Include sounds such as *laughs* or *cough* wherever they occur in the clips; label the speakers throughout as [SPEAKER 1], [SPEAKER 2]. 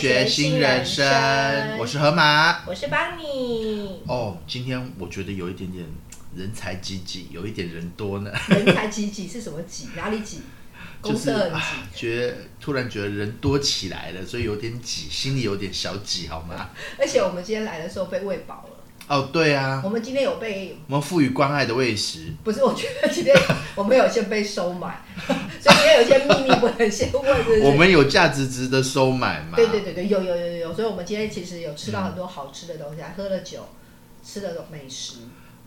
[SPEAKER 1] 开心人生，我是河马。
[SPEAKER 2] 我是邦尼，
[SPEAKER 1] 哦，今天我觉得有一点点人才济济，有一点人多呢，
[SPEAKER 2] 人才济济是什么济？哪里济？
[SPEAKER 1] *laughs* 就
[SPEAKER 2] 公
[SPEAKER 1] 是
[SPEAKER 2] 社很
[SPEAKER 1] 啊
[SPEAKER 2] 济。，
[SPEAKER 1] 觉得突然觉得人多起来了，所以有点挤，心里有点小挤，好吗？
[SPEAKER 2] 而且我们今天来的时候被喂饱了，
[SPEAKER 1] 哦，对啊，
[SPEAKER 2] 我们今天有被，
[SPEAKER 1] 我们赋予关爱的喂食，
[SPEAKER 2] 不是，我觉得今天 *laughs* 我们有些被收
[SPEAKER 1] *laughs*
[SPEAKER 2] 买，所以今天有些秘密不能先问，是不
[SPEAKER 1] 我
[SPEAKER 2] 是？
[SPEAKER 1] 们有价值值得收买嘛？
[SPEAKER 2] 对对对对，有有有有有，所以我们今天其实有吃到很多好吃的东西，还喝了酒，吃了美食，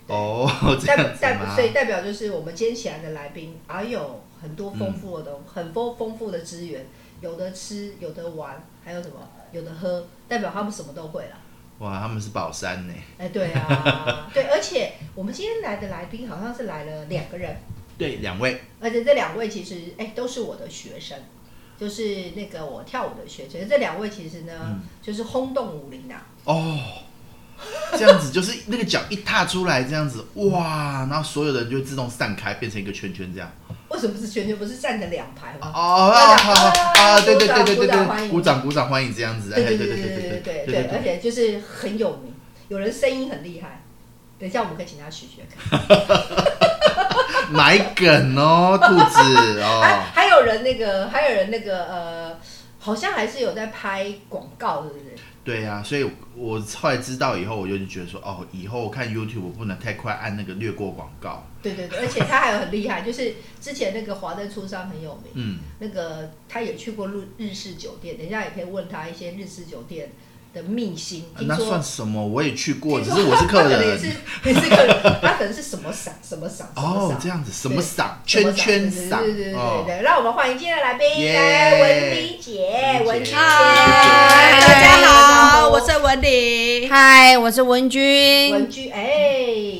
[SPEAKER 1] 哦，这
[SPEAKER 2] 代
[SPEAKER 1] 样
[SPEAKER 2] 表
[SPEAKER 1] 子
[SPEAKER 2] 代表
[SPEAKER 1] 吗
[SPEAKER 2] 所？以代表就是我们今天请来的来宾，而有很多丰富的东，
[SPEAKER 1] 嗯
[SPEAKER 2] 很多丰富的资源，有的吃，有的玩，还有什么，有的喝，代表他们什么都会了。
[SPEAKER 1] 哇，他们是宝山呢，
[SPEAKER 2] 哎，对
[SPEAKER 1] *laughs*
[SPEAKER 2] 啊，对，而且我们今天来的来宾好像是来了两个人，
[SPEAKER 1] 对，两位，
[SPEAKER 2] 而且这两位其实哎都是我的学生，就是那个我跳舞的学生。这两位其实呢，
[SPEAKER 1] 嗯
[SPEAKER 2] 就是轰动武林啊，
[SPEAKER 1] 哦，这样子就是那个脚一踏出来，这样子哇，然后所有的人就会自动散开，变成一个圈圈这样。
[SPEAKER 2] 为什么是全全不是站着两排
[SPEAKER 1] 哦
[SPEAKER 2] 吗？
[SPEAKER 1] 哦
[SPEAKER 2] 啊
[SPEAKER 1] 好好啊，对对对对对
[SPEAKER 2] 鼓掌欢
[SPEAKER 1] 对，
[SPEAKER 2] 迎
[SPEAKER 1] 鼓掌鼓掌欢迎这样子，哎
[SPEAKER 2] 对
[SPEAKER 1] 对
[SPEAKER 2] 对
[SPEAKER 1] 对
[SPEAKER 2] 对
[SPEAKER 1] 对
[SPEAKER 2] 对
[SPEAKER 1] 对
[SPEAKER 2] 对
[SPEAKER 1] 对
[SPEAKER 2] 对，
[SPEAKER 1] 对
[SPEAKER 2] 而且就是很有名，有人声音很厉害。等一下我们可以请他学学看。
[SPEAKER 1] 对，买梗哦，兔子
[SPEAKER 2] 还
[SPEAKER 1] 哦，
[SPEAKER 2] 还有人那个，还有人那个呃，好像还是有在拍广告，对不对？
[SPEAKER 1] 对呀、所以我后来知道以后，我就觉得说，哦，以后看 YouTube 我不能太快按那个略过广告，
[SPEAKER 2] 对对对，而且他还有很厉害，就是之前那个华灯初上很有名，
[SPEAKER 1] 嗯，
[SPEAKER 2] 那个他也去过日日式酒店，等一下也可以问他一些日式酒店的秘辛。听
[SPEAKER 1] 啊那
[SPEAKER 2] 说
[SPEAKER 1] 算什么？我也去过，
[SPEAKER 2] 听
[SPEAKER 1] 只
[SPEAKER 2] 说
[SPEAKER 1] 是我是
[SPEAKER 2] *laughs* 他
[SPEAKER 1] 客
[SPEAKER 2] 可能也
[SPEAKER 1] 人
[SPEAKER 2] 是。也是客人，他可能是什么赏什么赏什么
[SPEAKER 1] 哦，
[SPEAKER 2] 赏
[SPEAKER 1] 这。样子，什么赏
[SPEAKER 2] 什么
[SPEAKER 1] 圈圈
[SPEAKER 2] 赏
[SPEAKER 1] 赏，
[SPEAKER 2] 对对对对
[SPEAKER 1] 哦，
[SPEAKER 2] 对。让我们欢迎今天的来宾，
[SPEAKER 1] 耶
[SPEAKER 2] 来文玲姐，文玲姐，
[SPEAKER 3] 嗨，大家好，我是文迪。嗨，我是文
[SPEAKER 2] 文
[SPEAKER 3] 君。
[SPEAKER 2] 居。哎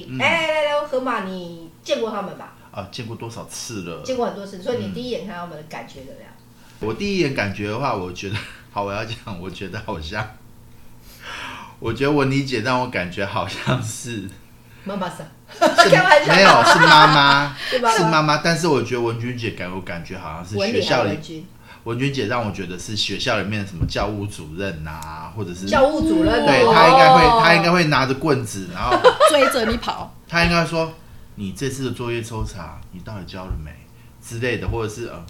[SPEAKER 1] 嗯
[SPEAKER 2] 哎，来来，河马，你见过他们吧？
[SPEAKER 1] 啊，见过多少次了？
[SPEAKER 2] 见过很多次，所以
[SPEAKER 1] 嗯
[SPEAKER 2] 你第一眼看到他们的感觉怎么样？
[SPEAKER 1] 我第一眼感觉的话，我觉得 *laughs* 好，我要讲，我觉得好像，我觉得文妮姐让我感觉好像
[SPEAKER 2] *laughs*
[SPEAKER 1] 是，
[SPEAKER 2] 妈妈桑，*laughs*
[SPEAKER 1] 是
[SPEAKER 2] 开玩笑，
[SPEAKER 1] 没有是妈妈，
[SPEAKER 2] 对吧？
[SPEAKER 1] 是妈妈，但是我觉得文君姐给我感觉好像是
[SPEAKER 2] 文
[SPEAKER 1] 学
[SPEAKER 2] 理还
[SPEAKER 1] 校
[SPEAKER 2] 文
[SPEAKER 1] 里，
[SPEAKER 2] 君，
[SPEAKER 1] 文君姐让我觉得是学校里面什么教务主任啊，或者是
[SPEAKER 2] 教务主任，
[SPEAKER 1] 对她应该会，她应该会拿着棍子，然后 *laughs*
[SPEAKER 3] 追着你跑，
[SPEAKER 1] 她应该说你这次的作业抽查你到底交了没之类的，或者是呃，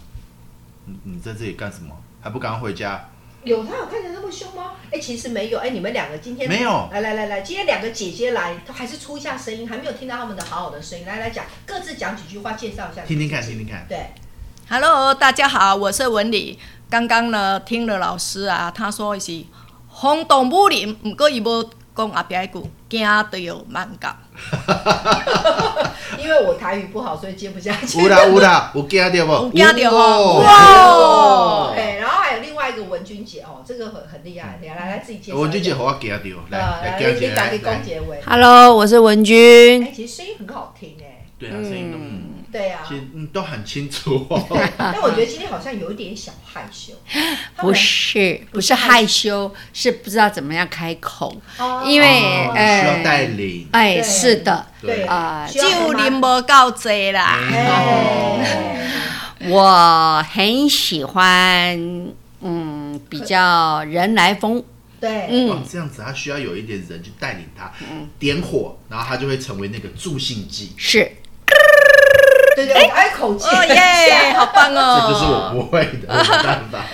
[SPEAKER 1] 你你在这里干什么？还不赶快回家？
[SPEAKER 2] 有他有看起来那么凶吗？哎，其实没有，哎，你们两个今天
[SPEAKER 1] 没有，
[SPEAKER 2] 来来来来，今天两个姐姐来，都还是出一下声音，还没有听到他们的好好的声音。来来讲，各自讲几句话，介绍一下。
[SPEAKER 1] 听听看，听听看。
[SPEAKER 2] 对，
[SPEAKER 3] Hello，大家好，我是文理。刚刚呢，听了老师啊，他说的是轰动武林，不过伊无讲后壁迄句，惊都有蛮高。
[SPEAKER 2] 因为我台语不好，所以接不下去。
[SPEAKER 1] *laughs* 有啦有啦，有惊到无？
[SPEAKER 3] 有惊到哦
[SPEAKER 1] 哦
[SPEAKER 4] 哦
[SPEAKER 3] 哇
[SPEAKER 2] 哎，然后还有另外一个文君姐哦，这个很很厉害，来来来自己介绍。
[SPEAKER 1] 文君姐，给我惊
[SPEAKER 2] 呃，
[SPEAKER 1] 到，来来
[SPEAKER 2] 来
[SPEAKER 1] 惊
[SPEAKER 2] 你
[SPEAKER 1] 姐
[SPEAKER 2] 打
[SPEAKER 1] 来
[SPEAKER 2] 给龚
[SPEAKER 1] 来。
[SPEAKER 2] 杰伟。
[SPEAKER 3] Hello，我是文
[SPEAKER 2] 哎，
[SPEAKER 3] 君。
[SPEAKER 2] 其实声音很好听哎。
[SPEAKER 1] 对啊，声音都嗯
[SPEAKER 2] 对啊，
[SPEAKER 1] 其实嗯都很清楚哦。
[SPEAKER 2] 对但我觉得今天好像有一点小害羞。他们
[SPEAKER 4] *laughs* 不是，不是害羞，是不知道怎么样开口。
[SPEAKER 2] 哦
[SPEAKER 4] 因为
[SPEAKER 1] *laughs* 哦
[SPEAKER 4] 哎
[SPEAKER 1] 需要带领，
[SPEAKER 4] 哎，
[SPEAKER 2] 对
[SPEAKER 4] 是的，
[SPEAKER 2] 对
[SPEAKER 4] 啊
[SPEAKER 2] 需要哎
[SPEAKER 3] 酒
[SPEAKER 2] 干嘛
[SPEAKER 3] 啉无够多啦，
[SPEAKER 1] 哦，
[SPEAKER 2] 哎
[SPEAKER 4] 我很喜欢，嗯，比较人来疯，
[SPEAKER 2] 对，
[SPEAKER 4] 嗯
[SPEAKER 1] 哇，这样子他需要有一点人去带领他，点火，然后他就会成为那个助兴剂。
[SPEAKER 4] 是
[SPEAKER 2] 对对，我爱口技。
[SPEAKER 3] 哦 *laughs* 耶，好棒
[SPEAKER 1] 这
[SPEAKER 3] 哦！
[SPEAKER 1] 就是我不会的，我没办法。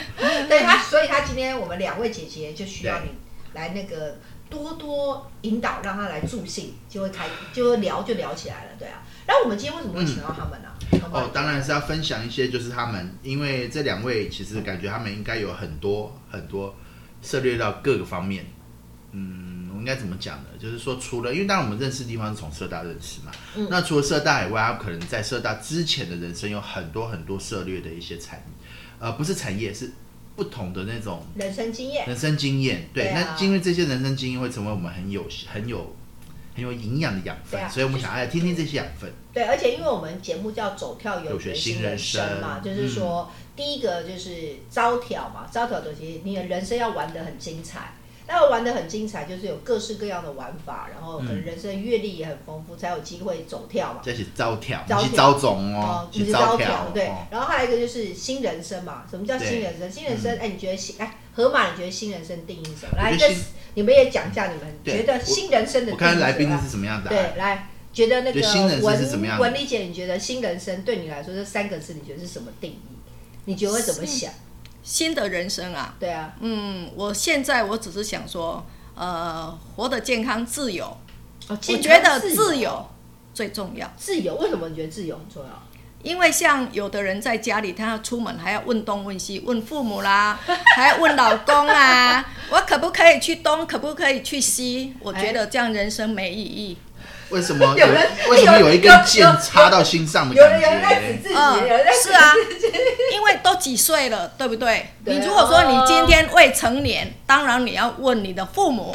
[SPEAKER 2] 对他，所以他今天我们两位姐姐就需要
[SPEAKER 1] 嗯对
[SPEAKER 2] 你来那个多多引导，让他来助兴，就会开，就会聊就聊起来了，对啊。然后我们今天为什么会请到他们啊呢、好不好
[SPEAKER 1] 哦，当然是要分享一些，就是他们，因为这两位其实感觉他们应该有很多很多涉猎到各个方面。嗯，我应该怎么讲呢？就是说，除了因为当然我们认识的地方是从社大认识嘛，
[SPEAKER 2] 嗯
[SPEAKER 1] 那除了社大以外，他可能在社大之前的人生有很多很多涉猎的一些产，呃，不是产业，是不同的那种
[SPEAKER 2] 人生经验，
[SPEAKER 1] 人生经验。对，
[SPEAKER 2] 对啊
[SPEAKER 1] 那因为这些人生经验会成为我们很有很有很有营养的养
[SPEAKER 2] 对
[SPEAKER 1] 分，
[SPEAKER 2] 啊
[SPEAKER 1] 所以我们想要来听听这些养分。
[SPEAKER 2] 对，而且因为我们节目叫“走跳有
[SPEAKER 1] 有学
[SPEAKER 2] 新
[SPEAKER 1] 新人
[SPEAKER 2] 生”嘛，
[SPEAKER 1] 生嗯
[SPEAKER 2] 就是说、第一个就是招条嘛，招条的其实你的人生要玩得很精彩。那玩得很精彩，就是有各式各样的玩法，然后可能
[SPEAKER 1] 嗯
[SPEAKER 2] 人生阅历也很丰富，才有机会走跳嘛。
[SPEAKER 1] 这是招条，
[SPEAKER 2] 招
[SPEAKER 1] 不
[SPEAKER 2] 条
[SPEAKER 1] 是招总哦
[SPEAKER 2] 哦，，你
[SPEAKER 1] 是
[SPEAKER 2] 是招
[SPEAKER 1] 条
[SPEAKER 2] 条，对
[SPEAKER 1] 哦。
[SPEAKER 2] 然后还有一个就是新人生嘛，什么叫新人生？新人生，哎，你觉得新哎，河马，你觉得新人生定义是什么？来，
[SPEAKER 1] 嗯我觉
[SPEAKER 2] 这
[SPEAKER 1] 得新
[SPEAKER 2] 你们也讲一下你们
[SPEAKER 1] 对
[SPEAKER 2] 觉得新人生的定
[SPEAKER 1] 我
[SPEAKER 2] 义
[SPEAKER 1] 看
[SPEAKER 2] 是
[SPEAKER 1] 来
[SPEAKER 2] 什
[SPEAKER 1] 宾
[SPEAKER 2] 么
[SPEAKER 1] 是什么样的啊答案
[SPEAKER 2] 对，来，觉得那
[SPEAKER 1] 对新人
[SPEAKER 2] 个
[SPEAKER 1] 生是怎么样
[SPEAKER 2] 文
[SPEAKER 1] 的
[SPEAKER 2] 文丽姐，你觉得新人生对你来说这三个字，你觉得是什么定义？你觉得会怎么想？
[SPEAKER 3] 新的人生啊，
[SPEAKER 2] 对啊，
[SPEAKER 3] 嗯，我现在我只是想说，呃，活得健康自由，
[SPEAKER 2] 哦，
[SPEAKER 3] 我
[SPEAKER 2] 健
[SPEAKER 3] 觉
[SPEAKER 2] 康
[SPEAKER 3] 得自由最重要。
[SPEAKER 2] 自由，为什么你觉得自由很重要？
[SPEAKER 3] 因为像有的人在家里，他要出门还要问东问西，问父母啦， *laughs* 还要问老公
[SPEAKER 2] *laughs*
[SPEAKER 3] 啊，我可不可以去东，可不可以去西？我觉得这样人生没意义。
[SPEAKER 1] 为
[SPEAKER 2] *laughs*
[SPEAKER 1] 什么
[SPEAKER 2] 有人
[SPEAKER 1] 为什么
[SPEAKER 2] 有
[SPEAKER 1] 有一根
[SPEAKER 2] 有
[SPEAKER 1] 箭
[SPEAKER 2] 有
[SPEAKER 1] 插到心上的
[SPEAKER 2] 有人
[SPEAKER 1] 感
[SPEAKER 2] 有人在指
[SPEAKER 1] 觉？
[SPEAKER 2] 自己，有人在指
[SPEAKER 3] 是啊
[SPEAKER 2] 自己，
[SPEAKER 3] 因为都几岁了，对不对？
[SPEAKER 2] 哎对
[SPEAKER 3] 你如果说
[SPEAKER 2] 哦
[SPEAKER 3] 你今天未成年，当然你要问你的父母，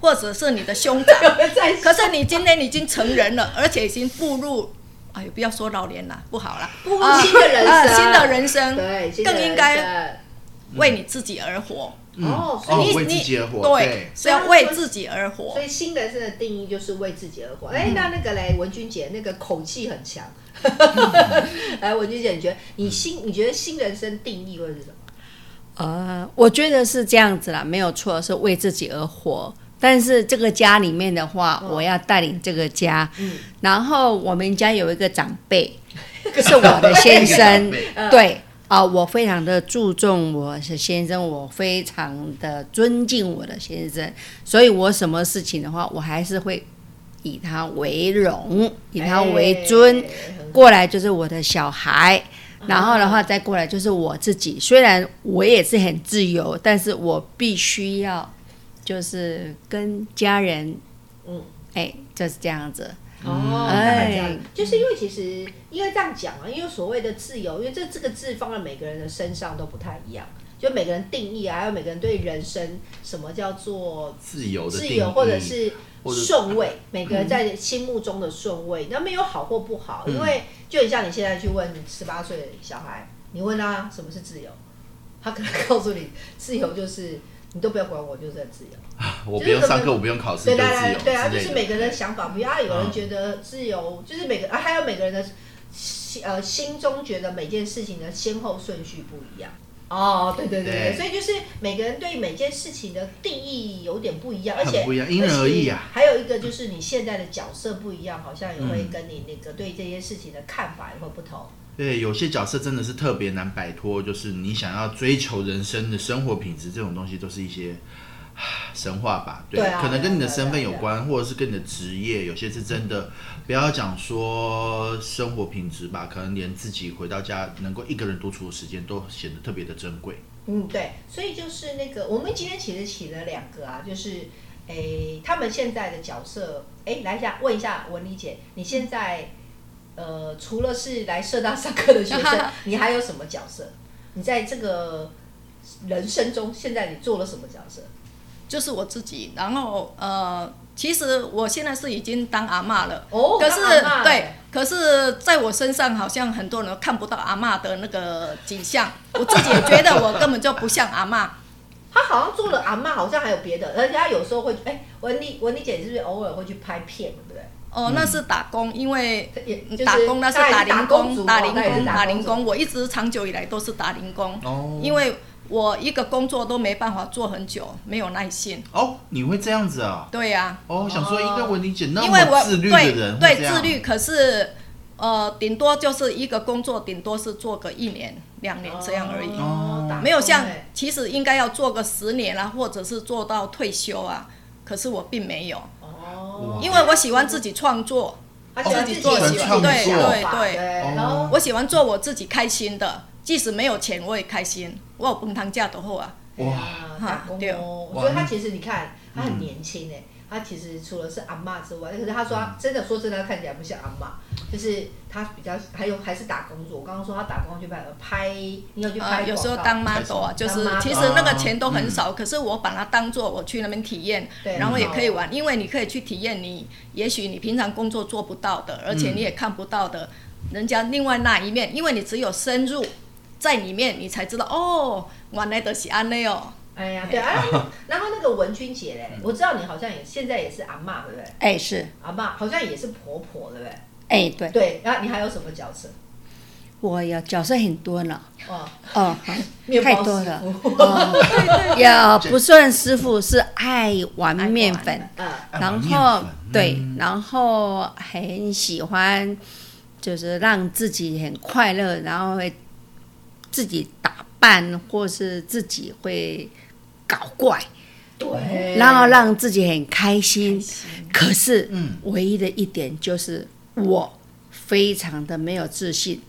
[SPEAKER 3] 或者是你的兄长。
[SPEAKER 2] *laughs* 有人在
[SPEAKER 3] 可是你今天已经成人了，而且已经步入，哎呦，不要说老年了，不好了，
[SPEAKER 2] 步入
[SPEAKER 3] 啊
[SPEAKER 2] 新的人
[SPEAKER 3] 啊
[SPEAKER 2] 生
[SPEAKER 3] 新的人生，
[SPEAKER 2] 对，新的
[SPEAKER 3] 更
[SPEAKER 2] 人
[SPEAKER 3] 应该
[SPEAKER 2] 生
[SPEAKER 3] 为你自己而活。
[SPEAKER 1] 嗯
[SPEAKER 2] 哦所
[SPEAKER 1] 哦
[SPEAKER 2] 以，
[SPEAKER 1] 为自己而活，
[SPEAKER 3] 对，是
[SPEAKER 2] 所
[SPEAKER 3] 要
[SPEAKER 2] 以
[SPEAKER 3] 为
[SPEAKER 2] 说
[SPEAKER 3] 自己而活
[SPEAKER 2] 所。以新人生的定义就是为自己而
[SPEAKER 4] 嗯
[SPEAKER 2] 活。哎、那那个嘞，文君姐那个口气很强。
[SPEAKER 4] 嗯
[SPEAKER 2] *laughs* 来，文君姐，你觉得你新你觉得新人生定义会是什么？
[SPEAKER 4] 呃，我觉得是这样子啦，没有错，是为自己而活。但是这个家里面的话，
[SPEAKER 2] 嗯
[SPEAKER 4] 我要带领这个家。
[SPEAKER 2] 嗯
[SPEAKER 4] 然后我们家有一个长辈，是我的先
[SPEAKER 1] 长 *laughs*
[SPEAKER 4] 生
[SPEAKER 1] 辈，
[SPEAKER 2] 嗯
[SPEAKER 4] 对啊、我非常的注重我的先生，我非常的尊敬我的先生，所以我什么事情的话，我还是会以他为荣，以他为尊。
[SPEAKER 2] 哎嗯很
[SPEAKER 4] 过来就是我的小孩，然后的话再过来就是我自己。虽然我也是很自由，但是我必须要就是跟家人，
[SPEAKER 2] 嗯，
[SPEAKER 4] 哎、就是这样子。
[SPEAKER 2] 哦，
[SPEAKER 4] 哎
[SPEAKER 2] 这样就是因为其实应该这样讲啊，因为所谓的自由，因为这这个字放在每个人的身上都不太一样，就每个人定义啊，还有每个人对人生什么叫做
[SPEAKER 1] 自由的
[SPEAKER 2] 自
[SPEAKER 1] 定义
[SPEAKER 2] 由，或者是
[SPEAKER 1] 或者嗯
[SPEAKER 2] 顺位，每个人在心目中的顺位，那没有好或不好，因为就很像你现在去问十八岁的小孩，你问他什么是自由，他可能告诉你，自由就是你都不要管我，就是在自由。
[SPEAKER 1] 啊我不用上课，我不用考试，
[SPEAKER 2] 对
[SPEAKER 1] 就自
[SPEAKER 2] 对对
[SPEAKER 1] 由
[SPEAKER 2] 对啊，
[SPEAKER 1] 之
[SPEAKER 2] 就
[SPEAKER 1] 类
[SPEAKER 2] 是
[SPEAKER 1] 的嗯
[SPEAKER 2] 每个人的想法不一样，啊有人觉得自由，就是每个啊，还有每个人的心呃心中觉得每件事情的先后顺序不一样。哦，对对对对，
[SPEAKER 1] 对
[SPEAKER 2] 所以就是每个人对每件事情的定义有点不一样，而且
[SPEAKER 1] 很不一样因人而异啊
[SPEAKER 2] 而且还有一个就是你现在的角色不一样，好像也
[SPEAKER 1] 嗯
[SPEAKER 2] 会跟你那个对这些事情的看法也会不同。
[SPEAKER 1] 对，有些角色真的是特别难摆脱，就是你想要追求人生的生活品质这种东西，都是一些唉神话吧。
[SPEAKER 2] 对啊
[SPEAKER 1] 可能跟你的
[SPEAKER 2] 对啊
[SPEAKER 1] 身份
[SPEAKER 2] 对啊
[SPEAKER 1] 有关，或者是跟你的职业，有些是真的。不要讲说生活品质吧，可能连自己回到家能够一个人独处的时间都显得特别的珍贵。
[SPEAKER 2] 嗯，对，所以就是那个，我们今天其实请了两个啊，就是诶，他们现在的角色，诶，来一下问一下文丽姐，你现在呃，除了是来社大上课的学
[SPEAKER 3] *laughs*
[SPEAKER 2] 生，你还有什么角色？你在这个人生中，现在你做了什么角色？
[SPEAKER 3] 就是我自己。然后呃，其实我现在是已经当阿嬷了，
[SPEAKER 2] 哦
[SPEAKER 3] 可是
[SPEAKER 2] 当阿嬷了
[SPEAKER 3] 对，可是在我身上好像很多人都看不到阿嬷的那个景象，我自己也觉得我根本就不像阿嬷。
[SPEAKER 2] 她好像做了阿妈，好像还有别的，而且她有时候会，诶，文丽文丽姐是不是偶尔会去拍片，对不对？
[SPEAKER 3] 哦，
[SPEAKER 1] 嗯
[SPEAKER 3] 那是打工，因为嗯
[SPEAKER 2] 也就是
[SPEAKER 3] 打工那是
[SPEAKER 2] 她也
[SPEAKER 3] 打
[SPEAKER 2] 是打
[SPEAKER 3] 零
[SPEAKER 2] 工
[SPEAKER 3] 工，
[SPEAKER 2] 族
[SPEAKER 3] 打
[SPEAKER 2] 哦
[SPEAKER 3] 零
[SPEAKER 2] 她也是
[SPEAKER 3] 工，
[SPEAKER 2] 打
[SPEAKER 3] 打
[SPEAKER 2] 工
[SPEAKER 3] 零
[SPEAKER 2] 族
[SPEAKER 3] 工。我一直长久以来都是打零工，
[SPEAKER 1] 哦
[SPEAKER 3] 因为我一个工作都没办法做很久，没有耐心。
[SPEAKER 1] 哦，你会这样子啊、
[SPEAKER 3] 对呀、
[SPEAKER 1] 哦？想说应该文理姐那
[SPEAKER 3] 因为
[SPEAKER 1] 么
[SPEAKER 3] 我
[SPEAKER 1] 自律的
[SPEAKER 3] 对
[SPEAKER 1] 人会
[SPEAKER 3] 对
[SPEAKER 1] 这样
[SPEAKER 3] 自律，可是呃，顶多就是一个工作，顶多是做个一年、两年这样而已。
[SPEAKER 2] 哦打工
[SPEAKER 3] 没有像
[SPEAKER 2] 欸，
[SPEAKER 3] 其实应该要做个十年啊，或者是做到退休啊，可是我并没有，
[SPEAKER 2] 哦，
[SPEAKER 3] 因为我喜欢自己创作，
[SPEAKER 2] 他喜欢自己
[SPEAKER 3] 哦自己
[SPEAKER 2] 有
[SPEAKER 3] 做
[SPEAKER 2] 的
[SPEAKER 3] 对
[SPEAKER 2] 想
[SPEAKER 3] 对
[SPEAKER 2] 法
[SPEAKER 3] 对
[SPEAKER 1] 哦
[SPEAKER 2] 然后
[SPEAKER 3] 我喜欢做我自己开心的，即使没有钱我也开心，我有奔汤价的好啊。
[SPEAKER 1] 哇
[SPEAKER 2] 啊打工
[SPEAKER 3] 对
[SPEAKER 2] 哦，我
[SPEAKER 1] 哇
[SPEAKER 2] 觉得他其实你看他很年轻哎、
[SPEAKER 1] 嗯
[SPEAKER 2] 他其实除了是阿妈之外，可是他说他真的说真的，他看起来不像阿妈，就是他比较还有还是打工族。我刚刚说他打工去拍拍，你有去
[SPEAKER 3] 啊，
[SPEAKER 2] 拍广告、
[SPEAKER 3] 有时候当 model 啊，就
[SPEAKER 2] 当
[SPEAKER 3] 是
[SPEAKER 2] model
[SPEAKER 3] 其实那个钱都很
[SPEAKER 1] 嗯
[SPEAKER 3] 少，可是我把它当做我去那边体验，
[SPEAKER 2] 对
[SPEAKER 3] 然后也可以玩，因为你可以去体验你也许你平常工作做不到的，而且你也
[SPEAKER 1] 嗯
[SPEAKER 3] 看不到的，人家另外那一面，因为你只有深入在里面，你才知道哦，原来的是安内哦，
[SPEAKER 2] 哎呀，对啊，然后那个文君姐
[SPEAKER 1] 嗯
[SPEAKER 2] 嘞，我知道你好像也现在也是阿妈，对不对？
[SPEAKER 4] 哎、是，
[SPEAKER 2] 阿妈好像也是婆婆，对不对？
[SPEAKER 4] 哎、对，
[SPEAKER 2] 对，然后你还有什么角色？
[SPEAKER 4] 我有角色很多呢，
[SPEAKER 2] 哦，
[SPEAKER 4] 哦，
[SPEAKER 2] 面包
[SPEAKER 4] 太多
[SPEAKER 2] 师 *laughs*
[SPEAKER 4] 了
[SPEAKER 2] 傅，
[SPEAKER 4] 哦，有不算师傅是爱玩面
[SPEAKER 3] 爱玩
[SPEAKER 4] 粉，
[SPEAKER 2] 啊，
[SPEAKER 1] 爱
[SPEAKER 4] 然
[SPEAKER 1] 玩面
[SPEAKER 4] 后
[SPEAKER 1] 粉
[SPEAKER 4] 对
[SPEAKER 1] 嗯，
[SPEAKER 4] 然后很喜欢，就是让自己很快乐，然后会自己打扮，或是自己会搞怪，
[SPEAKER 2] 对，
[SPEAKER 4] 然后让自己很开心。可是
[SPEAKER 1] 嗯，
[SPEAKER 4] 唯一的一点就是我非常的没有自信。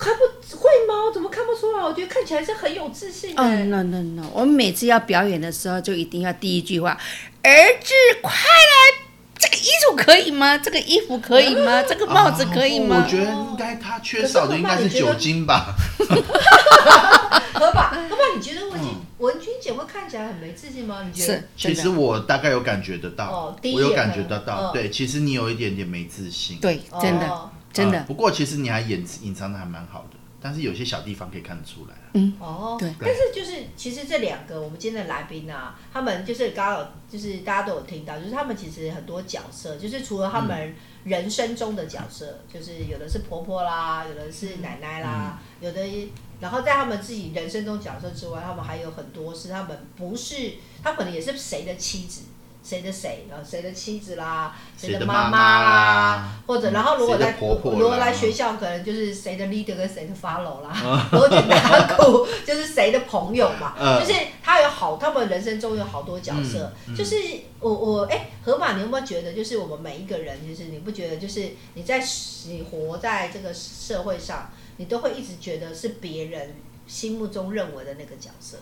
[SPEAKER 2] 看不会吗？怎么看不出来？我觉得看起来是很有自信的。
[SPEAKER 4] 哦、n
[SPEAKER 2] *laughs*
[SPEAKER 4] o no no，我们每次要表演的时候，就一定要第一句话：“儿子，快来！这个衣服可以吗？这个衣服可以吗？这个帽子可以
[SPEAKER 1] 啊
[SPEAKER 4] 吗
[SPEAKER 1] 我觉得应该他缺少的应该是酒精吧。
[SPEAKER 2] 何
[SPEAKER 4] *laughs*
[SPEAKER 2] 爸，何爸，你觉得文君、文君姐会看起来很没自信吗？你？”觉得
[SPEAKER 4] 嗯是？，
[SPEAKER 1] 其
[SPEAKER 4] 真
[SPEAKER 1] 实
[SPEAKER 4] 的
[SPEAKER 1] 我大概有感觉得
[SPEAKER 2] 哦
[SPEAKER 1] 到，
[SPEAKER 2] 第一
[SPEAKER 1] 我有
[SPEAKER 2] 眼
[SPEAKER 1] 感
[SPEAKER 2] 可
[SPEAKER 1] 觉
[SPEAKER 2] 能
[SPEAKER 1] 得
[SPEAKER 2] 嗯
[SPEAKER 1] 到。对，其实你有一点点没自信。
[SPEAKER 4] 对，真的、
[SPEAKER 2] 哦
[SPEAKER 4] 真
[SPEAKER 1] 啊
[SPEAKER 4] 的，
[SPEAKER 1] 不过其实你还隐隐藏的还蛮好的，但是有些小地方可以看得出来。
[SPEAKER 2] 哦，
[SPEAKER 4] 对
[SPEAKER 2] 但是就是其实这两个我们今天的来宾啊，他们就是刚好就是大家都有听到，就是他们其实很多角色，就是除了他
[SPEAKER 1] 嗯
[SPEAKER 2] 们人生中的角色，就是有的是婆婆啦，有的是奶奶啦，
[SPEAKER 1] 嗯
[SPEAKER 2] 有的然后在他们自己人生中角色之外，他们还有很多是他们不是，他可能也是谁的妻子。谁的谁，然后谁的妻子啦，
[SPEAKER 1] 谁
[SPEAKER 2] 的
[SPEAKER 1] 的
[SPEAKER 2] 妈
[SPEAKER 1] 妈
[SPEAKER 2] 妈
[SPEAKER 1] 妈
[SPEAKER 2] 啦
[SPEAKER 1] 啦，
[SPEAKER 2] 或者然后如果
[SPEAKER 1] 啊谁的
[SPEAKER 2] 来
[SPEAKER 1] 婆婆啦
[SPEAKER 2] 如果来学校，可能就是谁的 leader 跟谁的 follow 啦， *laughs* 然后就打鼓，就是谁的朋友嘛，
[SPEAKER 1] 啊 *laughs* 嗯
[SPEAKER 2] 就是他有好，他们人生中有好多角色，
[SPEAKER 1] 嗯嗯
[SPEAKER 2] 就是我我哎、河马，你有没有觉得，就是我们每一个人，就是你不觉得，就是你在你活在这个社会上，你都会一直觉得是别人心目中认为的那个角色，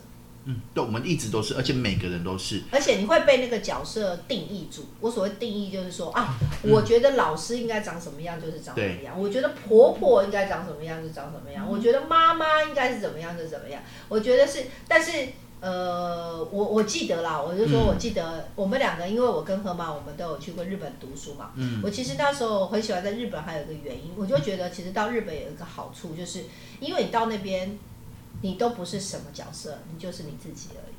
[SPEAKER 1] 嗯，对，我们一直都是，而且每个人都是。
[SPEAKER 2] 而且你会被那个角色定义住。我所谓定义就是说啊，
[SPEAKER 1] 嗯
[SPEAKER 2] 我觉得老师应该长什么样就是长什么样，我觉得婆婆应该长什么样就长什么样，
[SPEAKER 1] 嗯
[SPEAKER 2] 我觉得妈妈应该是怎么样就怎么样。我觉得是，但是呃，我我记得啦，我就说
[SPEAKER 1] 嗯
[SPEAKER 2] 我记得我们两个，因为我跟河马我们都有去过日本读书嘛。
[SPEAKER 1] 嗯
[SPEAKER 2] 我其实那时候很喜欢在日本，还有一个原因，我就觉得其实到日本有一个好处，就是因为你到那边，你都不是什么角色，你就是你自己而已。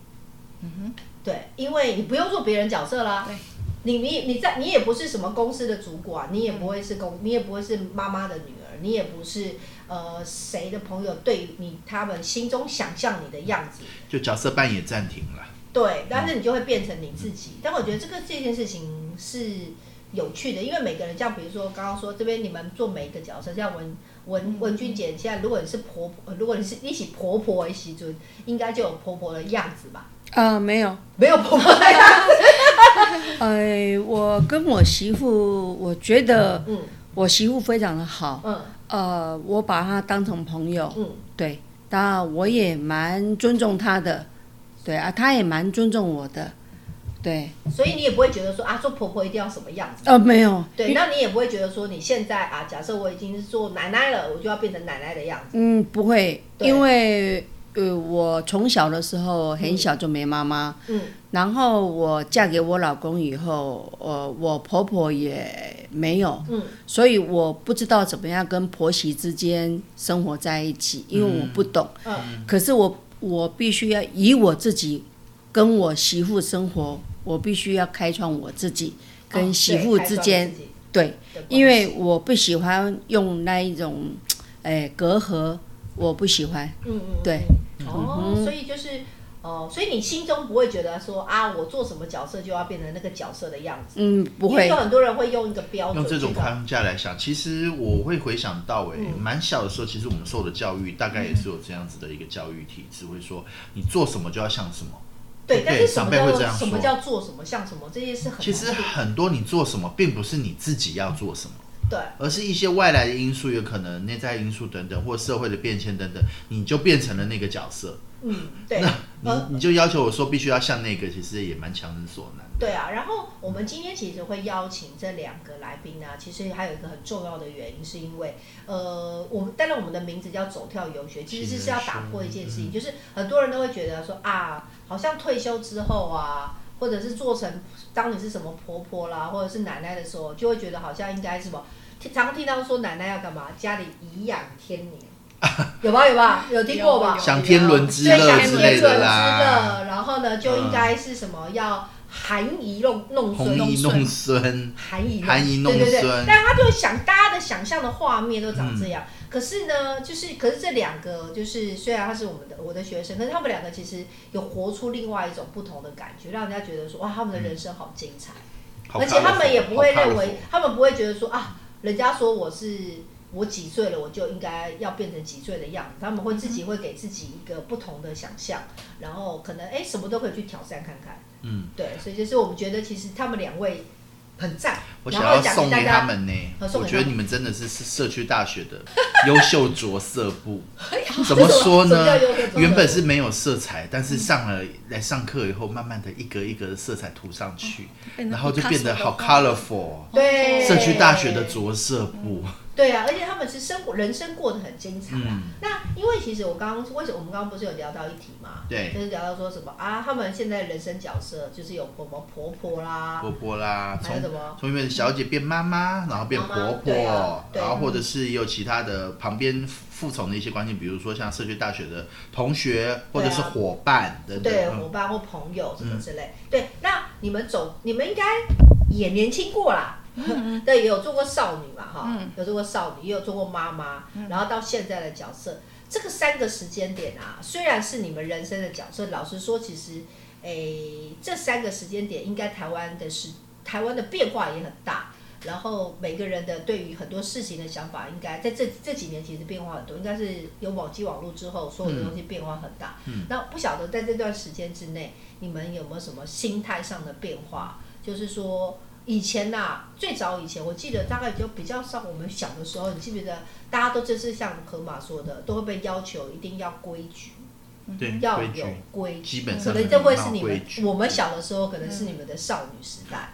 [SPEAKER 2] 对，因为你不用做别人角色啦
[SPEAKER 3] 对。
[SPEAKER 2] 你你你在你也不是什么公司的主管，你也不会是公，你也不会是妈妈的女儿，你也不是呃谁的朋友，对于你他们心中想象你的样子，
[SPEAKER 1] 就角色扮演暂停了。
[SPEAKER 2] 对，但是你就会变成你自己。但我觉得这个这件事情是有趣的，因为每个人像比如说刚刚说这边你们做每一个角色，像文文文君姐现在如果你是婆婆，如果你是一起婆婆的时阵，应该就有婆婆的样子吧？
[SPEAKER 4] 呃，没有，
[SPEAKER 2] 没有婆婆的样子，
[SPEAKER 4] 呃，我跟我媳妇，我觉得
[SPEAKER 2] 嗯
[SPEAKER 4] 我媳妇非常的好，
[SPEAKER 2] *laughs* 嗯
[SPEAKER 4] 呃，我把她当成朋友，
[SPEAKER 2] 嗯。
[SPEAKER 4] 对，但我也蛮尊重她的，对啊，她也蛮尊重我的，对，
[SPEAKER 2] 所以你也不会觉得说啊，做婆婆一定要什么样子。
[SPEAKER 4] 呃，没有，
[SPEAKER 2] 对，那你也不会觉得说你现在啊，假设我已经是做奶奶了，我就要变成奶奶的样子。
[SPEAKER 4] 嗯，不会，
[SPEAKER 2] 对
[SPEAKER 4] 因为呃，我从小的时候很小就没妈妈，
[SPEAKER 2] 嗯
[SPEAKER 4] 然后我嫁给我老公以后，呃，我婆婆也没有，
[SPEAKER 2] 嗯，
[SPEAKER 4] 所以我不知道怎么样跟婆媳之间生活在一起，因为我不懂。
[SPEAKER 2] 嗯
[SPEAKER 4] 可是我我必须要以我自己跟我媳妇生活，我必须要开创我自己
[SPEAKER 2] 哦
[SPEAKER 4] 跟媳妇之间、对。
[SPEAKER 2] 对，
[SPEAKER 4] 因为我不喜欢用那一种，哎，隔阂，我不喜欢。
[SPEAKER 2] 嗯嗯
[SPEAKER 4] 对
[SPEAKER 2] 哦，所以就是哦，所以你心中不会觉得说啊，我做什么角色就要变成那个角色的样子。
[SPEAKER 4] 嗯，不
[SPEAKER 2] 因为
[SPEAKER 4] 会
[SPEAKER 2] 有，很多人会用一个标准
[SPEAKER 1] 用
[SPEAKER 2] 去
[SPEAKER 1] 这种
[SPEAKER 2] 看
[SPEAKER 1] 框架来想，其实我会回想到、欸，
[SPEAKER 2] 哦嗯
[SPEAKER 1] 蛮小的时候，其实我们受的教育大概也是有这样子的一个教育体制，会说你做什么就要像什么。
[SPEAKER 2] 对，
[SPEAKER 1] 对
[SPEAKER 2] 但是什么
[SPEAKER 1] 长辈会这
[SPEAKER 2] 叫
[SPEAKER 1] 样
[SPEAKER 2] 什么
[SPEAKER 1] 说
[SPEAKER 2] 叫做什么像什么这些是很
[SPEAKER 1] 其实
[SPEAKER 2] 难定
[SPEAKER 1] 很多你做什么，并不是你自己要做什么，
[SPEAKER 2] 对
[SPEAKER 1] 而是一些外来的因素，有可能内在因素等等，或社会的变迁等等，你就变成了那个角色。
[SPEAKER 2] 嗯对
[SPEAKER 1] 那
[SPEAKER 2] 呃
[SPEAKER 1] 你你就要求我说必须要像那个，其实也蛮强人所难。
[SPEAKER 2] 对啊，然后我们今天其实会邀请这两个来宾呢、啊其实还有一个很重要的原因，是因为呃，我们当然我们的名字叫走跳游学，其实是要打破一件事情，就是很多人都会觉得说啊，好像退休之后啊，或者是做成当你是什么婆婆啦，或者是奶奶的时候，就会觉得好像应该什么，听常听到说奶奶要干嘛，家里颐养天年，有吧有吧，有听过吧？
[SPEAKER 3] 有
[SPEAKER 1] 像天伦之
[SPEAKER 2] 对，
[SPEAKER 1] 乐
[SPEAKER 2] 想
[SPEAKER 1] 之
[SPEAKER 2] 天
[SPEAKER 1] 类
[SPEAKER 2] 伦
[SPEAKER 1] 的
[SPEAKER 2] 之
[SPEAKER 1] 啦，
[SPEAKER 2] 乐，然后呢，就应该是什么要含饴弄弄
[SPEAKER 1] 红
[SPEAKER 2] 孙，
[SPEAKER 1] 衣弄孙，
[SPEAKER 2] 含饴
[SPEAKER 1] 含饴弄
[SPEAKER 2] 对对对
[SPEAKER 1] 孙
[SPEAKER 2] 但他就想，大家的然想象的画面都长这样。可是呢，就是可是这两个就是虽然他是我们的我的学生，可是他们两个其实有活出另外一种不同的感觉，让人家觉得说哇，他们的人生好精彩。
[SPEAKER 1] 好
[SPEAKER 2] 而且他
[SPEAKER 1] colourful，
[SPEAKER 2] 们也不会
[SPEAKER 1] 好
[SPEAKER 2] 认
[SPEAKER 1] colourful
[SPEAKER 2] 为，他们不会觉得说啊，人家说我是我几岁了，我就应该要变成几岁的样子。他们会自己会给自己一个不同的想象，然后可能哎、什么都可以去挑战看看。
[SPEAKER 1] 嗯，
[SPEAKER 2] 对，所以就是我们觉得其实他们两位很赞，
[SPEAKER 1] 我
[SPEAKER 2] 然
[SPEAKER 1] 想
[SPEAKER 2] 后
[SPEAKER 1] 要
[SPEAKER 2] 讲
[SPEAKER 1] 送
[SPEAKER 2] 给大
[SPEAKER 1] 给他
[SPEAKER 2] 家。
[SPEAKER 1] 们呢、
[SPEAKER 2] 呃送
[SPEAKER 1] 我
[SPEAKER 2] 给他们
[SPEAKER 1] 觉得你们真的是是社区大学的优秀着色部。 *laughs* 怎
[SPEAKER 2] 么
[SPEAKER 1] 么说
[SPEAKER 2] 哎什么
[SPEAKER 1] 呢
[SPEAKER 2] 叫优秀着色？部
[SPEAKER 1] 原本是没有色彩，但是上了来上课以后，慢慢的一格一格的色彩涂上去，
[SPEAKER 2] 哦哎
[SPEAKER 3] 变成
[SPEAKER 1] 然后就变得
[SPEAKER 3] Picasso 的
[SPEAKER 1] 好
[SPEAKER 3] 画
[SPEAKER 1] colorful。哦
[SPEAKER 2] 对，
[SPEAKER 1] 社区大学的着色部，
[SPEAKER 2] 对啊，而且他们是生活人生过得很精彩啊。
[SPEAKER 1] 嗯
[SPEAKER 2] 那因为其实我刚刚为什么我们刚刚不是有聊到一题嘛？
[SPEAKER 1] 对
[SPEAKER 2] 就是聊到说什么啊，他们现在人生角色就是有婆婆婆婆啦，
[SPEAKER 1] 波波啦，
[SPEAKER 2] 还有
[SPEAKER 1] 从
[SPEAKER 2] 什么
[SPEAKER 1] 从原本小姐变妈妈，然后变
[SPEAKER 2] 妈妈
[SPEAKER 1] 婆
[SPEAKER 2] 对啊
[SPEAKER 1] 婆，
[SPEAKER 2] 对
[SPEAKER 1] 然后或者是也有其他的旁边附从的一些关系，比如说像社区大学的同学或者是伙伴等等。
[SPEAKER 2] 啊对
[SPEAKER 1] 嗯
[SPEAKER 2] 伙伴或朋友什么之类。对，那你们走，你们应该也年轻过啦。 *laughs* 对，也有做过少女嘛，哈、有做过少女，也有做过妈妈，然后到现在的角色，这个三个时间点啊，虽然是你们人生的角色，老实说，其实，诶，这三个时间点，应该台湾的是台湾的变化也很大，然后每个人的对于很多事情的想法，应该在这这几年其实变化很多，应该是有网际网络之后，所有
[SPEAKER 1] 嗯
[SPEAKER 2] 的东西变化很大。那不晓得在这段时间之内，你们有没有什么心态上的变化？就是说，以前呐、最早以前，我记得大概就比较上我们小的时候，你记不记得？大家都就是像河马说的，都会被要求一定要规矩，
[SPEAKER 3] 嗯
[SPEAKER 1] 对
[SPEAKER 2] 要
[SPEAKER 1] 规
[SPEAKER 2] 有
[SPEAKER 1] 矩，
[SPEAKER 2] 规矩。
[SPEAKER 1] 基本
[SPEAKER 2] 可
[SPEAKER 1] 上
[SPEAKER 2] 能这会是
[SPEAKER 1] 很
[SPEAKER 2] 你
[SPEAKER 1] 规
[SPEAKER 2] 们
[SPEAKER 1] 矩嗯
[SPEAKER 2] 我们小的时候，可能是你们的少女时代。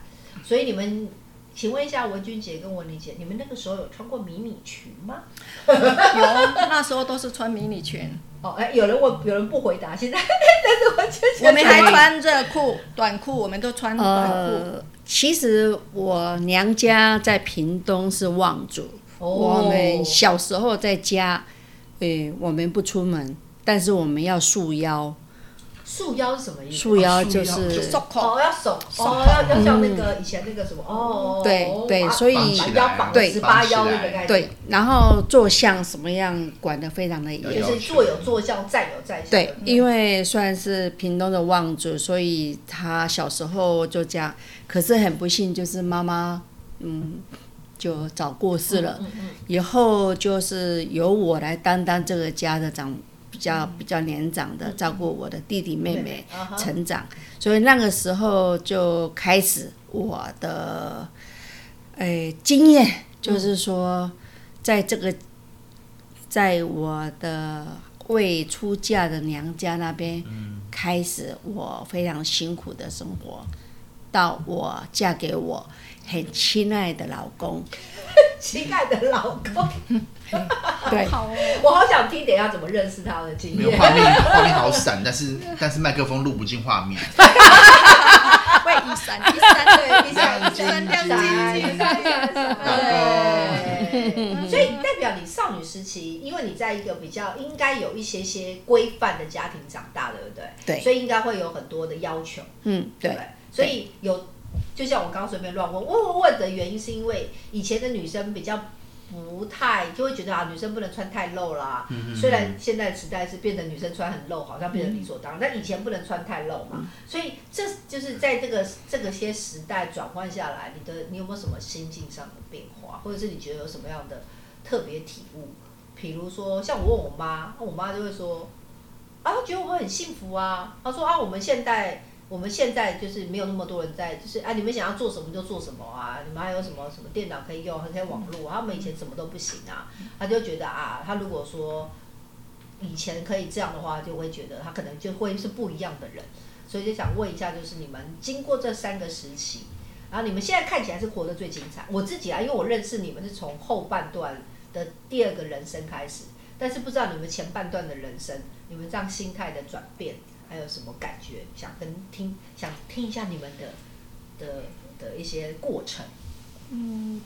[SPEAKER 2] 所以你们，请问一下文君姐跟文玲姐，你们那个时候有穿过迷你裙吗？
[SPEAKER 3] 有，那时候都是穿迷你 *laughs* 裙，
[SPEAKER 2] 哦，哎，有人问，有人不回答，现在，但是我就
[SPEAKER 3] 我们还穿热裤、短裤，我们都穿短裤。
[SPEAKER 4] 呃，其实我娘家在屏东是望族，
[SPEAKER 2] 哦
[SPEAKER 4] 我们小时候在家，诶、我们不出门，但是我们要束腰，
[SPEAKER 2] 束腰是什么意思？
[SPEAKER 4] 束
[SPEAKER 1] 束
[SPEAKER 4] 腰
[SPEAKER 1] 腰就
[SPEAKER 4] 就
[SPEAKER 1] 是
[SPEAKER 3] 就缩口，
[SPEAKER 2] 哦，要手哦，要要像那个以前那个什么哦，
[SPEAKER 4] 嗯对
[SPEAKER 2] 哦
[SPEAKER 4] 对
[SPEAKER 2] 把
[SPEAKER 4] 所以
[SPEAKER 2] 把腰绑
[SPEAKER 4] 对
[SPEAKER 2] 十八腰那个概念，
[SPEAKER 4] 对，然后坐相什么样管得非常的严。
[SPEAKER 2] 就是坐有坐相，站有嗯站相。
[SPEAKER 4] 对，因为算是屏东的望族，所以他小时候就这样。可是很不幸，就是妈妈，嗯，就早过世了。
[SPEAKER 2] 嗯
[SPEAKER 4] 以后就是由我来担当这个家的长，比较比较年长的，照顾我的弟弟妹妹
[SPEAKER 2] 对啊 *laughs* 哈
[SPEAKER 4] 成长。所以那个时候就开始我的，诶、经验，就是说，在这个，在我的未出嫁的娘家那边，开始我非常辛苦的生活，到我嫁给我很亲爱的老公，
[SPEAKER 2] 膝盖的老公，
[SPEAKER 4] 对，
[SPEAKER 3] 好哦，
[SPEAKER 2] 我好想听，等一下怎么认识他的经
[SPEAKER 1] 没有
[SPEAKER 3] *laughs*
[SPEAKER 2] 验。
[SPEAKER 1] 画面，画面好闪，但是但是麦克风录不进画面。
[SPEAKER 3] 会一闪一闪的，
[SPEAKER 2] 对，你想 *laughs*
[SPEAKER 1] 亮
[SPEAKER 2] 一
[SPEAKER 1] 晶
[SPEAKER 2] 下。
[SPEAKER 1] 晶
[SPEAKER 3] 亮晶晶
[SPEAKER 2] 对，所以代表你少女时期，因为你在一个比较应该有一些些规范的家庭长大，对不对？
[SPEAKER 4] 对
[SPEAKER 2] 所以应该会有很多的要求，
[SPEAKER 4] 嗯，
[SPEAKER 2] 对
[SPEAKER 4] 对
[SPEAKER 2] 不对，所以有，就像我刚刚随便乱问，问问问的原因是因为以前的女生比较。不太就会觉得啊，女生不能穿太露啦。虽然现在时代是变得女生穿很露，好像变得理所当然，但以前不能穿太露嘛。所以这就是在这个这个些时代转换下来，你的你有没有什么心境上的变化，或者是你觉得有什么样的特别体悟？比如说，像我问我妈，我妈就会说，啊，她觉得我们很幸福啊。她说啊，我们现在我们现在就是没有那么多人在，就是啊，你们想要做什么就做什么啊，你们还有什么什么电脑可以用，还可以网络啊，他们以前什么都不行啊。她就觉得啊，她如果说以前可以这样的话，就会觉得她可能就会是不一样的人。所以就想问一下，就是你们经过这三个时期，然后你们现在看起来是活得最精彩。我自己啊，因为我认识你们是从后半段的第二个人生开始，但是不知道你们前半段的人生，你们这样心态的转变，还有什么感觉？想跟听想听一下你们的的的一些过程。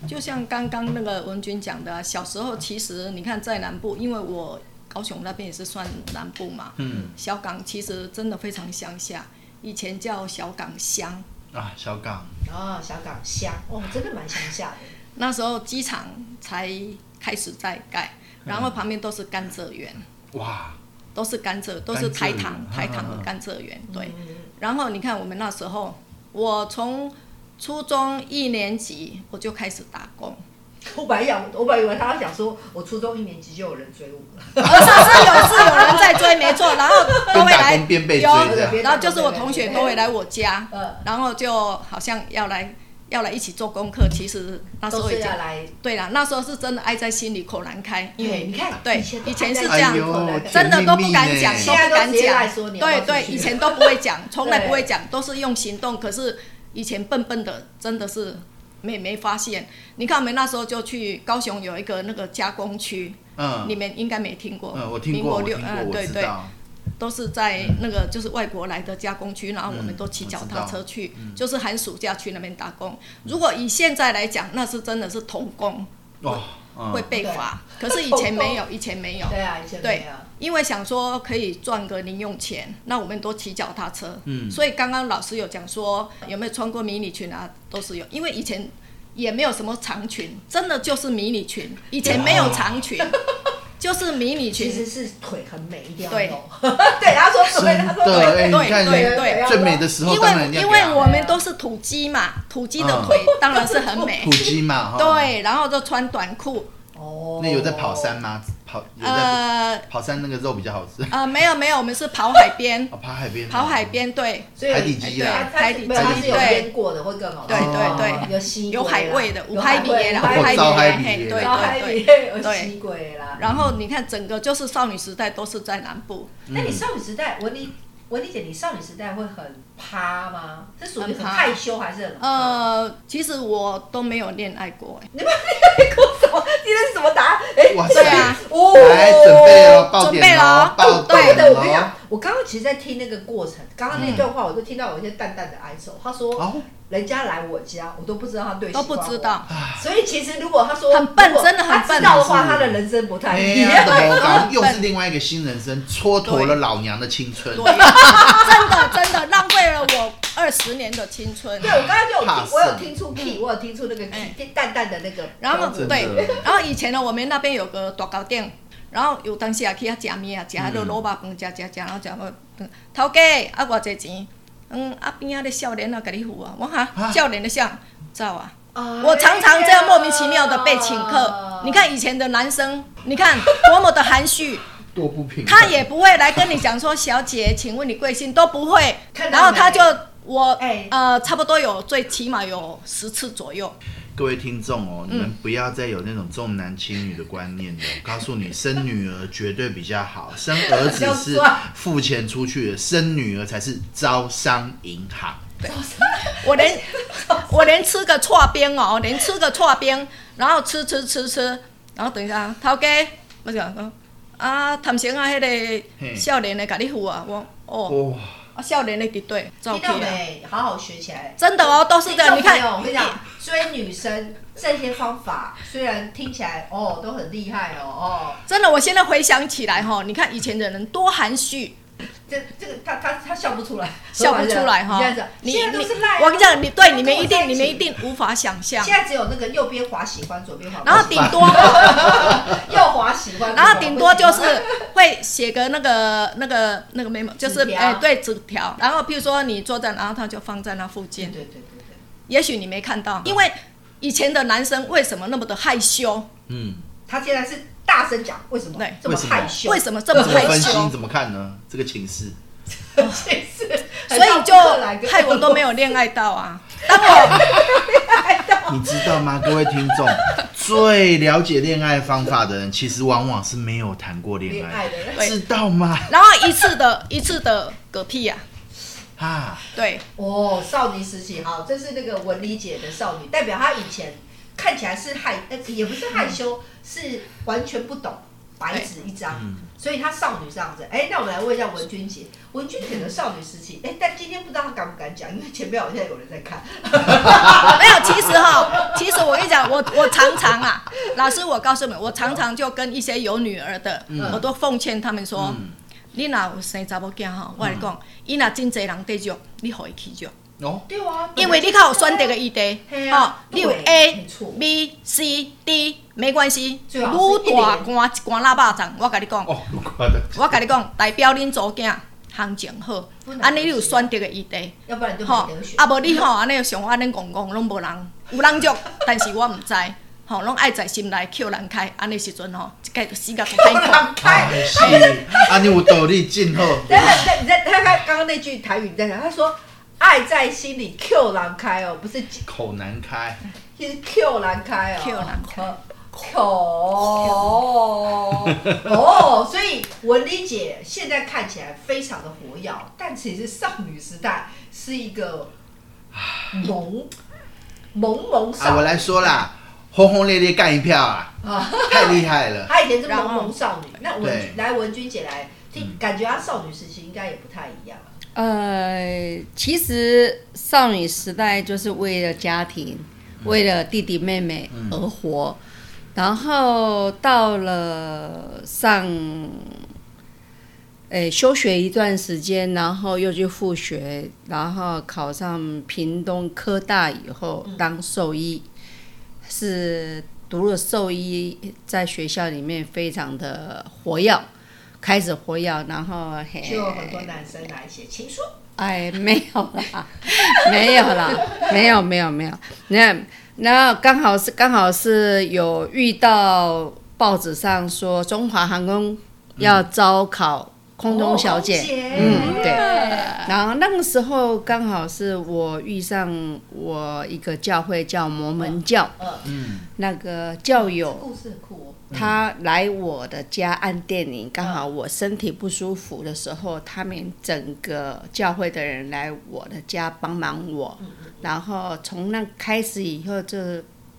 [SPEAKER 3] 就像刚刚那个文君讲的啊，小时候其实你看在南部，因为我高雄那边也是算南部嘛，
[SPEAKER 1] 嗯
[SPEAKER 3] 小港其实真的非常乡下，以前叫小港乡，
[SPEAKER 1] 啊，小港，
[SPEAKER 2] 哦，小港乡哦，真的蛮乡下的。 *laughs*
[SPEAKER 3] 那时候机场才开始在盖，
[SPEAKER 1] 嗯
[SPEAKER 3] 然后旁边都是甘蔗园，
[SPEAKER 1] 哇，
[SPEAKER 3] 都是甘蔗，都是台
[SPEAKER 1] 甘蔗园
[SPEAKER 3] 糖
[SPEAKER 1] 啊
[SPEAKER 3] 台糖的甘蔗园，对。
[SPEAKER 1] 嗯
[SPEAKER 3] 然后你看我们那时候，我从初中一年级我就开始打工，
[SPEAKER 2] 我本来想，我本来以为他要想说，我初中一年级就有人追我了，
[SPEAKER 3] 而上哦是有是有人在追，没错，然后都
[SPEAKER 1] 边
[SPEAKER 3] 会
[SPEAKER 1] 打
[SPEAKER 3] 来
[SPEAKER 1] 工边被追
[SPEAKER 3] 有
[SPEAKER 1] 这样，
[SPEAKER 2] 对
[SPEAKER 3] 然后就是我同学都会来我家，
[SPEAKER 2] 呃，
[SPEAKER 3] 然后就好像要来要来一起做功课。其实那时
[SPEAKER 2] 都
[SPEAKER 3] 候已
[SPEAKER 2] 是
[SPEAKER 3] 经
[SPEAKER 2] 要来，
[SPEAKER 3] 对了，那时候是真的爱在心里口难开，因
[SPEAKER 2] 对，
[SPEAKER 3] 为
[SPEAKER 2] 你看，
[SPEAKER 3] 对
[SPEAKER 2] 以
[SPEAKER 3] 以前是
[SPEAKER 2] 都
[SPEAKER 3] 这
[SPEAKER 2] 还
[SPEAKER 3] 样
[SPEAKER 2] 在
[SPEAKER 1] 哎
[SPEAKER 2] 门口
[SPEAKER 1] 呦
[SPEAKER 2] 的，
[SPEAKER 3] 真的都不敢讲
[SPEAKER 1] 甜蜜蜜呢
[SPEAKER 2] 现在都直接赖说你要不要
[SPEAKER 3] 对
[SPEAKER 2] 出
[SPEAKER 3] 对，
[SPEAKER 2] 去
[SPEAKER 3] 以前都不
[SPEAKER 2] *laughs*
[SPEAKER 3] 会讲，从来不会讲，都是用行动。可是以前笨笨的，真的是没没发现。你看我们那时候就去高雄有一个那个加工区，你
[SPEAKER 1] 嗯
[SPEAKER 3] 们应该没听过，
[SPEAKER 1] 嗯，我听
[SPEAKER 3] 民
[SPEAKER 1] 过，
[SPEAKER 3] 国
[SPEAKER 1] 我
[SPEAKER 3] 六
[SPEAKER 1] 听过，
[SPEAKER 3] 嗯
[SPEAKER 1] 我
[SPEAKER 3] 对
[SPEAKER 1] 知
[SPEAKER 3] 对，
[SPEAKER 1] 道，
[SPEAKER 3] 都是在那个就是外国来的加工区，然后我们都骑脚踏车去，
[SPEAKER 1] 嗯
[SPEAKER 3] 就是寒暑假去那边打工。如果以现在来讲，那是真的是童工
[SPEAKER 1] 哇，嗯
[SPEAKER 3] 会被罚，可是以前
[SPEAKER 2] *laughs*
[SPEAKER 3] 没有，以前没有，
[SPEAKER 2] 对啊，以前没有，
[SPEAKER 3] 因为想说可以赚个零用钱，那我们都骑脚踏车。
[SPEAKER 1] 嗯
[SPEAKER 3] 所以刚刚老师有讲说有没有穿过迷你裙啊，都是有，因为以前也没有什么长裙，真的就是迷你裙，以前没有长裙，就是迷你
[SPEAKER 2] 其实
[SPEAKER 3] 裙。
[SPEAKER 2] 是腿很美，一定要
[SPEAKER 3] 对
[SPEAKER 2] 弄。 *laughs* 对，他说对，他说
[SPEAKER 1] 真的，
[SPEAKER 2] 对，
[SPEAKER 1] 哎，你看
[SPEAKER 3] 对
[SPEAKER 1] 人
[SPEAKER 2] 对
[SPEAKER 1] 最美的时候
[SPEAKER 3] 因
[SPEAKER 1] 当然一
[SPEAKER 3] 为
[SPEAKER 1] 定
[SPEAKER 3] 因
[SPEAKER 1] 要给啊嗯
[SPEAKER 3] 为
[SPEAKER 1] 他
[SPEAKER 3] 我们都是土鸡嘛，土鸡的腿当然是很美
[SPEAKER 1] *laughs* 普，及嘛，哈，，
[SPEAKER 3] 对，然后就穿短裤，
[SPEAKER 2] 哦，
[SPEAKER 1] 那有在跑山吗？跑有在
[SPEAKER 3] 呃
[SPEAKER 1] 跑山那个肉比较好吃，
[SPEAKER 3] 呃没有没有，我们是跑海边，
[SPEAKER 1] 哦，跑海边，
[SPEAKER 3] 跑海，边对，
[SPEAKER 2] 所以
[SPEAKER 1] 海底鸡啦
[SPEAKER 2] 对海底鸡，没有，它是有腌过的，会更好吃。
[SPEAKER 3] 对对对
[SPEAKER 2] 哦有西
[SPEAKER 3] 有海味的，
[SPEAKER 2] 有
[SPEAKER 3] 五海
[SPEAKER 2] 味啊
[SPEAKER 3] 别啦，五
[SPEAKER 1] 海
[SPEAKER 3] 海
[SPEAKER 1] 招海
[SPEAKER 3] 别，嘿
[SPEAKER 1] 别
[SPEAKER 3] 对
[SPEAKER 1] 招
[SPEAKER 2] 海
[SPEAKER 3] 对对。
[SPEAKER 2] 底有西鬼啦。
[SPEAKER 3] 然后你看，整个就是少女时代都是在南部，
[SPEAKER 2] 那你少女时代，文丽文丽姐，你少女时代会很趴嗯吗？是属于很
[SPEAKER 3] 很趴
[SPEAKER 2] 害羞还是很？
[SPEAKER 3] 呃，其实我都没有恋爱过、
[SPEAKER 1] *laughs*
[SPEAKER 3] 欸，
[SPEAKER 2] 哭什么？今天是什么答 *laughs* 案？哎，
[SPEAKER 1] 哇
[SPEAKER 3] 对啊
[SPEAKER 1] 塞，
[SPEAKER 2] 哦
[SPEAKER 1] 来准备哦，爆
[SPEAKER 3] 准备
[SPEAKER 1] 点
[SPEAKER 3] 咯
[SPEAKER 1] 爆
[SPEAKER 2] 对
[SPEAKER 1] 点
[SPEAKER 2] 的，我跟你讲
[SPEAKER 1] 哦，，
[SPEAKER 2] 我刚刚其实，在听那个过程，刚刚那段话，我就听到有一些淡淡的哀愁。他说，
[SPEAKER 1] 哦，
[SPEAKER 2] 人家来我家，我都不知道他对
[SPEAKER 3] 都不
[SPEAKER 2] 喜欢我
[SPEAKER 3] 知道。
[SPEAKER 2] 所以其实如果他说
[SPEAKER 3] 很笨
[SPEAKER 2] 如果
[SPEAKER 3] 真的很
[SPEAKER 2] 他知
[SPEAKER 3] 笨
[SPEAKER 2] 道的话，
[SPEAKER 1] 是
[SPEAKER 2] 他的人生不太
[SPEAKER 1] 哎
[SPEAKER 2] 一
[SPEAKER 1] 呀，
[SPEAKER 2] 样。
[SPEAKER 1] 怎
[SPEAKER 3] *laughs*
[SPEAKER 1] 么搞？
[SPEAKER 3] 对
[SPEAKER 1] 又是另外一个新人生，蹉跎了老娘的青春
[SPEAKER 3] 对，。真的真的浪费了我二十年的青春
[SPEAKER 2] 对，。我刚刚就有
[SPEAKER 1] 怕
[SPEAKER 2] 听，
[SPEAKER 1] 死
[SPEAKER 2] 我有听出 key，我有听出那个 key，
[SPEAKER 3] 嗯哎
[SPEAKER 2] 淡淡淡的那个。
[SPEAKER 3] 然后
[SPEAKER 1] 真的
[SPEAKER 3] 对，然后以前呢，我们那边有个大糕店，然后有当时也去遐食面啊，食迄个萝卜饭，食食食，然后食个头家啊，偌济钱？嗯，啊边仔咧少年啊，甲你付啊，我
[SPEAKER 1] 啊
[SPEAKER 3] 哈少年的想走啊。
[SPEAKER 2] 哎
[SPEAKER 3] 我常常这样莫名其妙的被请客。你看以前的男生，你看多么的含蓄，
[SPEAKER 1] 多不平衡。
[SPEAKER 3] 他也不会来跟你讲说小姐，请问你贵姓都不会
[SPEAKER 2] 看。到
[SPEAKER 3] 然后他就我
[SPEAKER 2] 哎
[SPEAKER 3] 呃差不多有最起码有十次左右，
[SPEAKER 1] 各位听众哦，你们不要再有那种重男轻女的观念了。
[SPEAKER 3] 嗯
[SPEAKER 1] 我告诉你，生女儿绝对比较好，生儿子
[SPEAKER 2] 比
[SPEAKER 1] 是
[SPEAKER 2] 较赚
[SPEAKER 1] 付钱出去的，生女儿才是招商银行。
[SPEAKER 2] 哎
[SPEAKER 3] 我连 *laughs* 我连吃个错边哦，连吃个错边，然后吃吃吃吃，然后等一下头家，我想讲啊，谈成啊，迄
[SPEAKER 1] 嘿
[SPEAKER 3] 个少年的甲你付啊，我哦，
[SPEAKER 1] 哇，
[SPEAKER 3] 啊少年的伫对，走
[SPEAKER 2] 听
[SPEAKER 3] 去
[SPEAKER 2] 到
[SPEAKER 3] 啊，
[SPEAKER 2] 没？好好学起来。
[SPEAKER 3] 真的哦，都是这样，你
[SPEAKER 2] 听众朋友
[SPEAKER 3] 看
[SPEAKER 2] 我跟你讲，追女生这些方法虽然听起来哦都很厉害哦哦，
[SPEAKER 3] 真的，我现在回想起来哈，你看以前的人多含蓄，
[SPEAKER 2] 这这个他他他笑不出来，
[SPEAKER 3] 笑不出来哈
[SPEAKER 2] 你这样。子，
[SPEAKER 3] 你
[SPEAKER 2] 现在都
[SPEAKER 3] 你
[SPEAKER 2] 是赖啊。
[SPEAKER 3] 我跟你讲，你对你
[SPEAKER 2] 跟
[SPEAKER 3] 们
[SPEAKER 2] 我
[SPEAKER 3] 一
[SPEAKER 2] 在
[SPEAKER 3] 定
[SPEAKER 2] 起
[SPEAKER 3] 你们一定无法想象
[SPEAKER 2] 现。在只有那个右边滑喜欢，左边滑不喜
[SPEAKER 3] 然
[SPEAKER 2] 欢。
[SPEAKER 3] 后顶
[SPEAKER 2] *laughs*
[SPEAKER 3] 多，
[SPEAKER 2] 右滑喜欢，
[SPEAKER 3] 然后顶多就是会写个那个那个那个 memo，就是
[SPEAKER 2] 纸条
[SPEAKER 3] 哎对纸条。然后譬如说你坐在，然后他就放在那附
[SPEAKER 2] 对
[SPEAKER 3] 近。
[SPEAKER 2] 对对对对，
[SPEAKER 3] 也许你没看到，因为以前的男生为什么那么的害羞？
[SPEAKER 1] 嗯，
[SPEAKER 2] 他现在是大声讲，为什么
[SPEAKER 3] 对
[SPEAKER 2] 这么害羞？*laughs*
[SPEAKER 3] 为
[SPEAKER 2] 么？
[SPEAKER 3] 什么这
[SPEAKER 1] 那
[SPEAKER 3] 么
[SPEAKER 1] 怎么
[SPEAKER 3] 害
[SPEAKER 1] 分析？
[SPEAKER 3] 羞？
[SPEAKER 1] 怎么看呢？这个情势，
[SPEAKER 2] 这是
[SPEAKER 3] 所以就害我都没
[SPEAKER 2] 有。
[SPEAKER 3] 有恋爱到啊。当我
[SPEAKER 1] 你知道吗？各位听
[SPEAKER 3] *laughs*
[SPEAKER 1] 众，最了解恋爱方法的人，其实往往是没有谈过恋
[SPEAKER 2] 恋
[SPEAKER 1] 爱
[SPEAKER 2] 爱
[SPEAKER 3] 的人
[SPEAKER 1] 知道吗？
[SPEAKER 3] 然后一次的一次的嗝屁呀、
[SPEAKER 1] 啊，
[SPEAKER 3] 对，
[SPEAKER 2] *laughs* 哦，少女时期好，这是那个文理姐的少女，代表她以前看起来是害，呃，也不是害羞，是完全不懂，白纸一张，所以她少女这样子。哎、那我们来问一下文君姐，文君姐的少女时期，哎、但今天不知道她敢不敢讲，因为前面好像有人在
[SPEAKER 3] *laughs*
[SPEAKER 2] 看，
[SPEAKER 3] 没有，其实哈，其实我跟你讲，我我常常啊，老师，我告诉你们，我常常就跟一些有女儿的，
[SPEAKER 2] 嗯
[SPEAKER 3] 我都奉劝他们
[SPEAKER 2] 嗯
[SPEAKER 3] 说，你若有生查某囝吼，我来讲，伊若真侪人得约，你互伊去约，
[SPEAKER 1] 哦，
[SPEAKER 2] 对啊，
[SPEAKER 3] 因为你靠选择个一题，
[SPEAKER 2] 嘿
[SPEAKER 3] 哦
[SPEAKER 2] 啊，
[SPEAKER 3] 你有
[SPEAKER 2] 对
[SPEAKER 3] A
[SPEAKER 2] 没错、
[SPEAKER 3] B、C、D，没关系，愈
[SPEAKER 2] 最
[SPEAKER 3] 大
[SPEAKER 2] 好是一
[SPEAKER 3] 罐
[SPEAKER 2] 连
[SPEAKER 3] 一罐腊肉粽，我甲你
[SPEAKER 1] *laughs*
[SPEAKER 3] 讲，
[SPEAKER 1] 哦，如果的，
[SPEAKER 3] 我甲你讲，代表恁祖囝行情好
[SPEAKER 2] 不，能
[SPEAKER 3] 安尼你有选择个议题，
[SPEAKER 2] 要不然就
[SPEAKER 3] 吼
[SPEAKER 2] 没得，选。
[SPEAKER 3] 啊
[SPEAKER 2] *laughs*
[SPEAKER 3] 无你吼安尼想安尼戆戆拢无人，有人约， *laughs* 但是我毋知，吼，拢爱在心内扣人开，安尼时阵吼，一个死甲
[SPEAKER 1] *laughs*
[SPEAKER 3] 歹看，
[SPEAKER 1] 啊是，啊，你有道理，进后，
[SPEAKER 2] 等等等，你再他刚刚刚那句台语，你再讲，他说爱在心里 Q 难开哦，不是
[SPEAKER 1] 口难开，
[SPEAKER 2] 是 Q 难开哦
[SPEAKER 3] Q 难开
[SPEAKER 2] 口哦，所以文丽姐现在看起来非常的活跃，但其实少女时代是一个萌萌萌
[SPEAKER 1] 啊，
[SPEAKER 2] 少
[SPEAKER 1] 我
[SPEAKER 2] 女，
[SPEAKER 1] 来说啦，轰轰烈烈干一票啊，
[SPEAKER 4] 哦
[SPEAKER 2] 啊
[SPEAKER 1] 太厉害
[SPEAKER 4] *laughs*
[SPEAKER 1] 了，
[SPEAKER 2] 她以前是萌
[SPEAKER 3] 然后
[SPEAKER 2] 萌少女。那
[SPEAKER 1] 对嗯
[SPEAKER 2] 文来文君姐来，听感觉她少女时期应该也不太一样。
[SPEAKER 4] 呃，其实少女时代就是为了家庭，为了弟弟妹妹
[SPEAKER 2] 嗯
[SPEAKER 4] 而活，然后到了上，诶，休学一段时间，然后又去复学，然后考上屏东科大以后
[SPEAKER 2] 嗯
[SPEAKER 4] 当兽医，是读了兽医，在学校里面非常的活跃，开始活跃，然后嘿
[SPEAKER 2] 就有很多男生来写情书，
[SPEAKER 4] 哎，没有啦， *laughs* 没有啦，没有没有没有。那那刚好是刚好是有遇到报纸上说中华航空要招考空中小姐，
[SPEAKER 2] 哦空姐
[SPEAKER 4] 嗯对
[SPEAKER 2] 哎。
[SPEAKER 4] 然后那个时候刚好是我遇上我一个教会叫摩门教，
[SPEAKER 2] 呃，
[SPEAKER 4] 那个教友
[SPEAKER 2] 故事很酷哦
[SPEAKER 4] 他来我的家按电铃，刚好我身体不舒服的时候，他们整个教会的人来我的家帮忙我，然后从那开始以后，就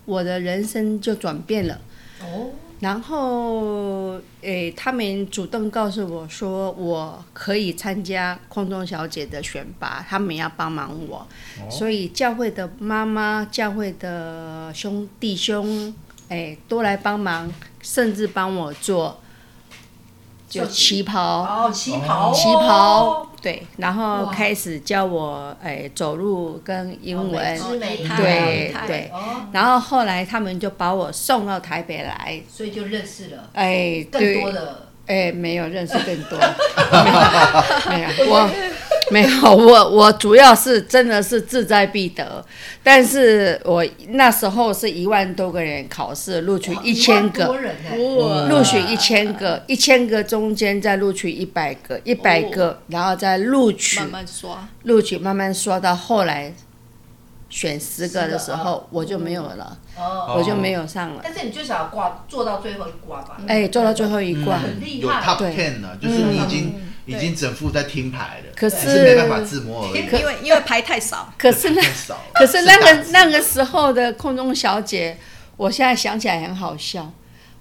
[SPEAKER 4] 我的人生就转变了。
[SPEAKER 2] 哦。哦，
[SPEAKER 4] 然后，诶，他们主动告诉我说，我可以参加空中小姐的选拔，他们要帮忙我。所以，教会的妈妈、教会的兄弟兄，诶，都来帮忙，甚至帮我做就
[SPEAKER 2] 做旗
[SPEAKER 4] 旗袍。
[SPEAKER 2] 哦，旗袍，哦
[SPEAKER 4] 旗袍，，对，然后
[SPEAKER 2] 哇
[SPEAKER 4] 开始教我诶、走路跟英
[SPEAKER 2] 哦美
[SPEAKER 4] 文，
[SPEAKER 2] 姿美
[SPEAKER 3] 态
[SPEAKER 4] 对
[SPEAKER 3] 美态
[SPEAKER 4] 对。
[SPEAKER 2] 哦，
[SPEAKER 4] 然后后来他们就把我送到台北来，
[SPEAKER 2] 所以就认识了
[SPEAKER 4] 哎，
[SPEAKER 2] 更
[SPEAKER 4] 对
[SPEAKER 2] 多，的
[SPEAKER 4] 哎，没有认识更
[SPEAKER 2] *laughs*
[SPEAKER 4] 多，没有，没有我没有我我主要是真的是志在必得，但是我那时候是一万多个人考试，录取
[SPEAKER 2] 哇
[SPEAKER 4] 一千
[SPEAKER 2] 哦万多
[SPEAKER 4] 个，哦
[SPEAKER 2] 人呢，
[SPEAKER 3] 哇
[SPEAKER 4] 录取一千个，一千个中间再录取一百个，一百
[SPEAKER 2] 哦
[SPEAKER 4] 个，然后再录取
[SPEAKER 3] 慢慢刷，
[SPEAKER 4] 录取，慢慢刷到后来选十个的时
[SPEAKER 2] 十个
[SPEAKER 4] 候，我就没有了，
[SPEAKER 2] 哦，
[SPEAKER 4] 我就没有上了，
[SPEAKER 2] 但是你最少挂做到最后一挂吧，
[SPEAKER 4] 哎，做到最后一关。
[SPEAKER 2] 很厉
[SPEAKER 1] 有
[SPEAKER 2] 害
[SPEAKER 1] top
[SPEAKER 4] 对嗯
[SPEAKER 1] ten 了，就是你已经
[SPEAKER 3] 对
[SPEAKER 1] 已经整副在听牌了，
[SPEAKER 4] 可
[SPEAKER 1] 只
[SPEAKER 4] 是
[SPEAKER 1] 是没办法自摸而已，
[SPEAKER 3] 因为因为牌太少，
[SPEAKER 4] 可是那
[SPEAKER 1] 太少了，
[SPEAKER 4] 可是那个
[SPEAKER 1] 是大
[SPEAKER 4] 那个时候的空中小姐，我现在想起来很好笑。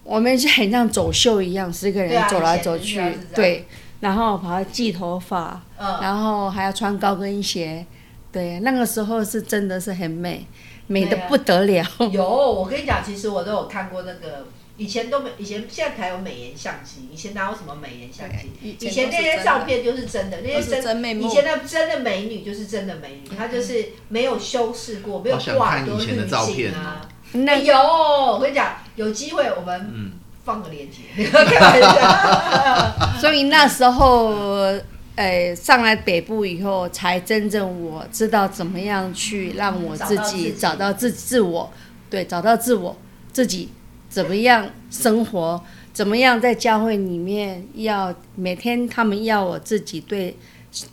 [SPEAKER 4] 我们就很像走秀一样，十个
[SPEAKER 2] 对
[SPEAKER 4] 人
[SPEAKER 2] 啊
[SPEAKER 4] 走来走去
[SPEAKER 2] 以前是这样子，啊
[SPEAKER 4] 对，然后把它系头发，
[SPEAKER 2] 嗯
[SPEAKER 4] 然后还要穿高跟鞋，对，那个时候是真的是很美，美的
[SPEAKER 2] 对啊
[SPEAKER 4] 不得了。
[SPEAKER 2] 有，我跟你讲，其实我都有看过那个，以前都没，以前现在才有美颜相机，以前哪有什么美颜相机？
[SPEAKER 3] 对以
[SPEAKER 2] 以前
[SPEAKER 3] 前都
[SPEAKER 2] 那
[SPEAKER 3] 是
[SPEAKER 2] 些
[SPEAKER 3] 真
[SPEAKER 2] 照
[SPEAKER 3] 的
[SPEAKER 2] 片就是真的，那
[SPEAKER 3] 都
[SPEAKER 2] 些
[SPEAKER 3] 是
[SPEAKER 2] 真
[SPEAKER 3] 真面目
[SPEAKER 2] 以前的真的美女就是真的美女，她就是没有修饰过，没有
[SPEAKER 1] 好想
[SPEAKER 2] 挂
[SPEAKER 1] 看
[SPEAKER 2] 很多
[SPEAKER 1] 以前的
[SPEAKER 2] 滤
[SPEAKER 1] 照
[SPEAKER 2] 镜
[SPEAKER 1] 片
[SPEAKER 2] 啊。
[SPEAKER 4] *laughs* 那
[SPEAKER 2] 哎有，我跟你讲，有机会我们
[SPEAKER 1] 嗯
[SPEAKER 2] 放个链接， *laughs* 开玩
[SPEAKER 4] *laughs*
[SPEAKER 2] 笑。
[SPEAKER 4] 所以那时候，呃，上来北部以后，才真正我知道怎么样去让我自己
[SPEAKER 2] 找
[SPEAKER 4] 找
[SPEAKER 2] 到
[SPEAKER 4] 到自自我，对，找到自我自己怎么样生活，怎么样在教会里面要每天他们要我自己对。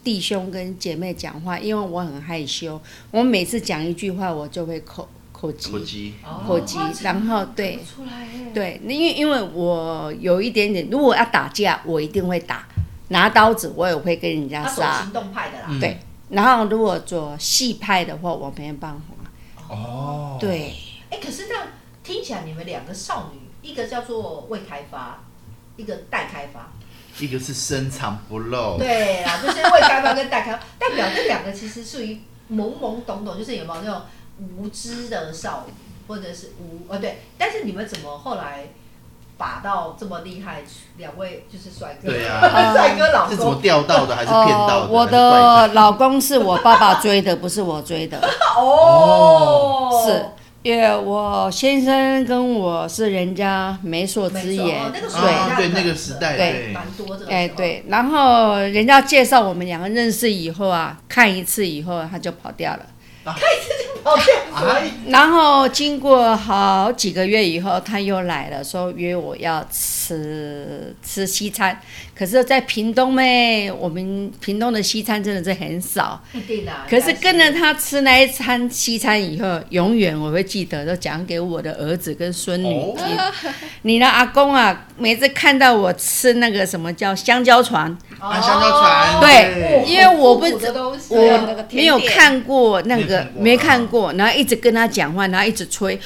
[SPEAKER 4] 弟兄跟姐妹讲话，因为我很害羞，我每次讲一句话我就会口口急，
[SPEAKER 1] 口机，
[SPEAKER 4] 口急，然后对，
[SPEAKER 2] 哦出来耶
[SPEAKER 4] 对，那因为因为我有一点点，如果要打架，我一定会打，拿刀子我也会跟人家
[SPEAKER 2] 他走
[SPEAKER 4] 杀
[SPEAKER 2] 行。动派的啦，
[SPEAKER 1] 嗯
[SPEAKER 4] 对，然后如果做戏派的话，我没办法。
[SPEAKER 1] 哦，，
[SPEAKER 4] 对，
[SPEAKER 2] 哎、可是那听起来你们两个少女，一个叫做未开发，一个待开发。
[SPEAKER 1] 哦一个是深藏不露，
[SPEAKER 2] 对啦，就是未开发跟待
[SPEAKER 1] *laughs* 啊
[SPEAKER 2] 开发，代表这两个其实属于懵懵懂懂，就是有没有那种哦无知的少女，或者是无呃对，但是你们怎么后来把到这么厉害，两位就是帅哥，
[SPEAKER 1] 对
[SPEAKER 4] *laughs*
[SPEAKER 1] 啊
[SPEAKER 2] *laughs* 帅哥老
[SPEAKER 1] 是怎么
[SPEAKER 2] 公，
[SPEAKER 1] 钓到的，哦还是骗到的？
[SPEAKER 4] 哦我
[SPEAKER 1] 还
[SPEAKER 4] 的
[SPEAKER 1] 是
[SPEAKER 4] 老公是我爸爸追的，不是我追的，
[SPEAKER 2] 哦，
[SPEAKER 4] 是因为我先生跟我是人家媒妁之
[SPEAKER 2] 没错
[SPEAKER 4] 言，
[SPEAKER 2] 哦那个时
[SPEAKER 1] 怪
[SPEAKER 2] 候
[SPEAKER 1] 怪的？
[SPEAKER 4] 对
[SPEAKER 1] 啊，对
[SPEAKER 2] 对
[SPEAKER 1] 那个时代，
[SPEAKER 4] 对
[SPEAKER 1] 对，
[SPEAKER 2] 蛮多这个，
[SPEAKER 4] 哎，对，然后人家介绍我们两个认识以后啊，看一次以后他就跑掉了。
[SPEAKER 2] 哦，对，所
[SPEAKER 1] 哎
[SPEAKER 2] 以
[SPEAKER 4] 然后经过好几个月以后，他又来了，说约我要吃吃西餐。可是，在屏东妹，我们屏东的西餐真的是很少。
[SPEAKER 2] 一定啊。
[SPEAKER 4] 可是跟着
[SPEAKER 2] 人
[SPEAKER 4] 他吃那一餐西餐以后，永远我会记得，都讲给我的儿子跟孙女
[SPEAKER 1] 哦
[SPEAKER 4] 听。你的阿公啊，每次看到我吃那个什么叫香蕉船，
[SPEAKER 2] 哦
[SPEAKER 1] 啊香蕉船
[SPEAKER 4] 对因为我不
[SPEAKER 2] 的东西
[SPEAKER 3] 对啊
[SPEAKER 2] 啊，
[SPEAKER 3] 那个
[SPEAKER 4] 我
[SPEAKER 3] 甜点
[SPEAKER 4] 没有看过那个，
[SPEAKER 1] 没
[SPEAKER 4] 没
[SPEAKER 1] 有看
[SPEAKER 4] 看
[SPEAKER 1] 过
[SPEAKER 4] 过，然后一直跟他讲话，然后一直吹。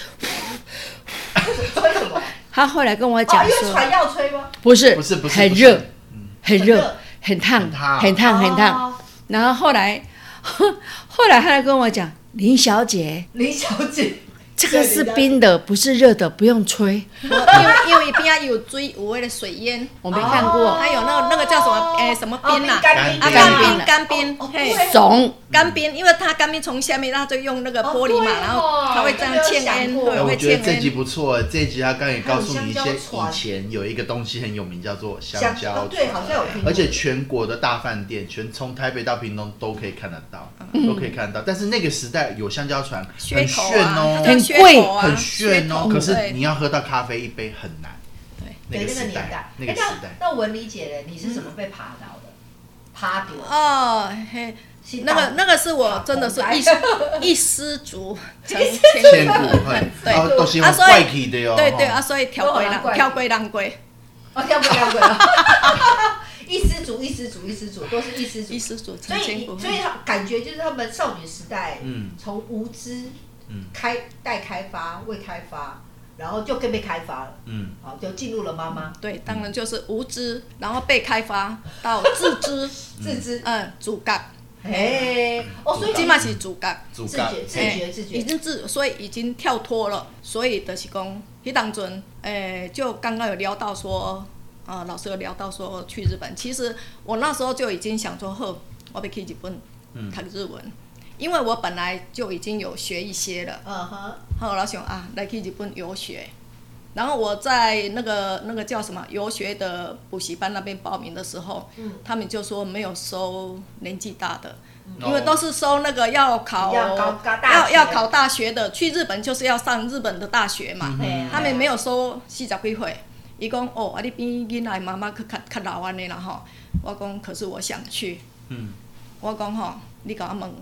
[SPEAKER 2] 吹 *laughs* 什么？
[SPEAKER 4] 他后来跟我
[SPEAKER 2] 哦，
[SPEAKER 4] 讲
[SPEAKER 2] 因为
[SPEAKER 4] 说，
[SPEAKER 2] 船要吹吗？
[SPEAKER 4] 不是
[SPEAKER 1] 不是不是
[SPEAKER 4] 很
[SPEAKER 1] 不是
[SPEAKER 4] 热，很
[SPEAKER 2] 很
[SPEAKER 4] 热
[SPEAKER 2] 热，
[SPEAKER 4] 很烫
[SPEAKER 1] 很，烫
[SPEAKER 4] 很烫，很烫。
[SPEAKER 2] 哦。
[SPEAKER 4] 然后后来， *laughs* 后来他来跟我讲，林小姐，
[SPEAKER 2] 林小姐，
[SPEAKER 4] 这个是
[SPEAKER 2] 对
[SPEAKER 4] 冰的，不是热的，不用吹。
[SPEAKER 3] 因为因为一边啊有追有那个水烟，
[SPEAKER 4] 我没看
[SPEAKER 2] 哦
[SPEAKER 4] 过，
[SPEAKER 3] 还有那个那个叫什么哎什么边呐
[SPEAKER 1] 哦
[SPEAKER 2] 啊？干冰
[SPEAKER 3] 啊，
[SPEAKER 1] 干
[SPEAKER 3] 干
[SPEAKER 1] 冰
[SPEAKER 3] 冰干冰，
[SPEAKER 2] 哦
[SPEAKER 3] 嘿，
[SPEAKER 2] 对
[SPEAKER 4] 怂。
[SPEAKER 3] 干冰，因为它干冰从下面，它就用那个玻璃
[SPEAKER 2] 哦对
[SPEAKER 3] 嘛，
[SPEAKER 2] 哦
[SPEAKER 3] 然后它会这样
[SPEAKER 2] 这
[SPEAKER 3] 嵌
[SPEAKER 2] 没有想
[SPEAKER 3] 烟，
[SPEAKER 2] 过
[SPEAKER 1] 哎
[SPEAKER 3] 对，
[SPEAKER 1] 我
[SPEAKER 3] 会
[SPEAKER 1] 觉
[SPEAKER 3] 嵌
[SPEAKER 1] 得这集
[SPEAKER 3] 烟。
[SPEAKER 1] 不错，这集他刚才也告诉你
[SPEAKER 2] 还
[SPEAKER 1] 一些
[SPEAKER 2] 有香蕉
[SPEAKER 1] 以
[SPEAKER 2] 船
[SPEAKER 1] 前有一个东西很有名，叫做香
[SPEAKER 2] 香
[SPEAKER 1] 蕉
[SPEAKER 2] 哦
[SPEAKER 1] 船。
[SPEAKER 2] 对，好像有听过，
[SPEAKER 1] 而且全国的大饭店，全从台北到屏东都可以看得到，都可以看得到。但是那个时代有香蕉船，
[SPEAKER 2] 哦
[SPEAKER 1] 很
[SPEAKER 3] 噱头
[SPEAKER 1] 炫
[SPEAKER 3] 啊，
[SPEAKER 1] 哦，
[SPEAKER 3] 它
[SPEAKER 4] 很
[SPEAKER 3] 叫噱头啊
[SPEAKER 1] 很炫
[SPEAKER 3] 噱
[SPEAKER 1] 哦
[SPEAKER 3] 头。
[SPEAKER 1] 可是
[SPEAKER 3] 对
[SPEAKER 1] 你要喝到咖啡一杯很难。
[SPEAKER 2] 对
[SPEAKER 1] 那个
[SPEAKER 2] 那个
[SPEAKER 1] 时
[SPEAKER 2] 年代
[SPEAKER 1] 代，，那个
[SPEAKER 2] 哎
[SPEAKER 1] 时代，
[SPEAKER 2] 那那文理姐嘞，你是怎么被爬到的？爬丢？
[SPEAKER 3] 哦，嘿，
[SPEAKER 2] 是
[SPEAKER 3] 那个
[SPEAKER 2] 到
[SPEAKER 3] 那个是我真的是一
[SPEAKER 2] 红白 *laughs*
[SPEAKER 3] 一失足成
[SPEAKER 1] 千
[SPEAKER 3] 千古
[SPEAKER 1] 古恨，
[SPEAKER 3] 对
[SPEAKER 1] 然后都是用
[SPEAKER 3] 啊所以
[SPEAKER 1] 怪体的哟。哦
[SPEAKER 3] 对对
[SPEAKER 1] 吼
[SPEAKER 3] 啊，所以跳
[SPEAKER 2] 都
[SPEAKER 3] 龟
[SPEAKER 2] 很难怪
[SPEAKER 3] 浪跳龟浪龟
[SPEAKER 2] 哦，跳过跳过，
[SPEAKER 4] *laughs*
[SPEAKER 2] *laughs* 一失足，一失足，一失足，都是一失足
[SPEAKER 3] 一。失足
[SPEAKER 2] 所
[SPEAKER 3] 成
[SPEAKER 2] 以
[SPEAKER 3] 千
[SPEAKER 2] 你，
[SPEAKER 3] 古
[SPEAKER 2] 所
[SPEAKER 3] 恨
[SPEAKER 2] 以。他感觉就是他们少女时代，
[SPEAKER 1] 嗯，
[SPEAKER 2] 从无知
[SPEAKER 1] 嗯，
[SPEAKER 2] 开待开发，未开发，然后就更被开发了，
[SPEAKER 1] 嗯，
[SPEAKER 2] 好，就进入了妈妈
[SPEAKER 3] 对，当然就是无知，然后被开发到自知， *laughs*
[SPEAKER 2] 自知，
[SPEAKER 3] 嗯，主干，
[SPEAKER 2] 哎，哦，
[SPEAKER 1] 嗯
[SPEAKER 2] 所以
[SPEAKER 3] 起
[SPEAKER 2] 你
[SPEAKER 3] 码是主干，
[SPEAKER 1] 主
[SPEAKER 2] 自
[SPEAKER 1] 干
[SPEAKER 2] 觉自
[SPEAKER 1] 嘿
[SPEAKER 2] 觉
[SPEAKER 3] 嘿已经自，所以已经跳脱了，所以就是讲，迄当阵，诶、就刚刚有聊到说，呃，老师有聊到说去日本，其实我那时候就已经想说，呵，我要去日本
[SPEAKER 1] 嗯
[SPEAKER 3] 读日文，因为我本来就已经有学一些了。
[SPEAKER 2] 嗯哼，
[SPEAKER 3] 后来想啊，来去日本游学，然后我在那个那个叫什么游学的补习班那边报名的时候，
[SPEAKER 2] 嗯
[SPEAKER 3] 他们就说没有收年纪大的，
[SPEAKER 1] 嗯
[SPEAKER 3] 因为都是收那个要考
[SPEAKER 2] 要高高大
[SPEAKER 3] 要
[SPEAKER 2] 学
[SPEAKER 3] 要考大学的，去日本就是要上日本的大学嘛，
[SPEAKER 2] 哎呀
[SPEAKER 3] 他们没有收四十几岁。伊讲哦，啊你比囡仔的妈妈去较较老安尼啦吼。我讲可是我想去，
[SPEAKER 1] 嗯，
[SPEAKER 3] 我讲吼，你给我问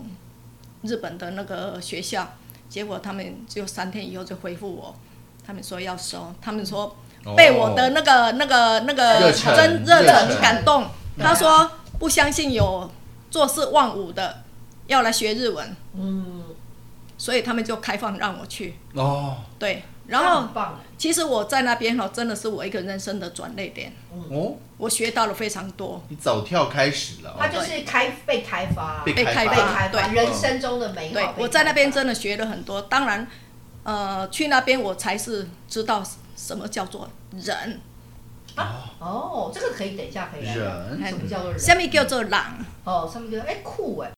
[SPEAKER 3] 日本的那个学校，结果他们就三天以后就回复我，他们说要收，他们说被我的那个、那个那
[SPEAKER 1] 哦热
[SPEAKER 3] 个
[SPEAKER 1] 忱
[SPEAKER 3] 真
[SPEAKER 1] 热
[SPEAKER 3] 热
[SPEAKER 1] 忱
[SPEAKER 3] 忱感动，
[SPEAKER 2] 对啊
[SPEAKER 3] 他说不相信有做事忘我的，要来学日文，
[SPEAKER 2] 嗯，
[SPEAKER 3] 所以他们就开放让我去，
[SPEAKER 1] 哦
[SPEAKER 3] 对，然
[SPEAKER 2] 这样
[SPEAKER 3] 后
[SPEAKER 2] 很棒，
[SPEAKER 3] 其实我在那边哈，真的是我一个人生的转捩点，
[SPEAKER 1] 哦，
[SPEAKER 3] 我学到了非常多，
[SPEAKER 1] 你早跳开始了哦，
[SPEAKER 2] 他就是开被开发，
[SPEAKER 1] 被
[SPEAKER 2] 被
[SPEAKER 3] 被
[SPEAKER 1] 开
[SPEAKER 3] 开
[SPEAKER 1] 发
[SPEAKER 2] 开
[SPEAKER 3] 对
[SPEAKER 2] 发，。人生中的美好被
[SPEAKER 3] 对
[SPEAKER 2] 开发。，
[SPEAKER 3] 我在那边真的学了很多。当然，呃，去那边我才是知道什么叫做人，
[SPEAKER 2] 哦，这个可以等一下可以来聊。
[SPEAKER 1] 人
[SPEAKER 2] 什么叫做人？
[SPEAKER 3] 下面叫做人。
[SPEAKER 2] 哦，上面就哎酷哎，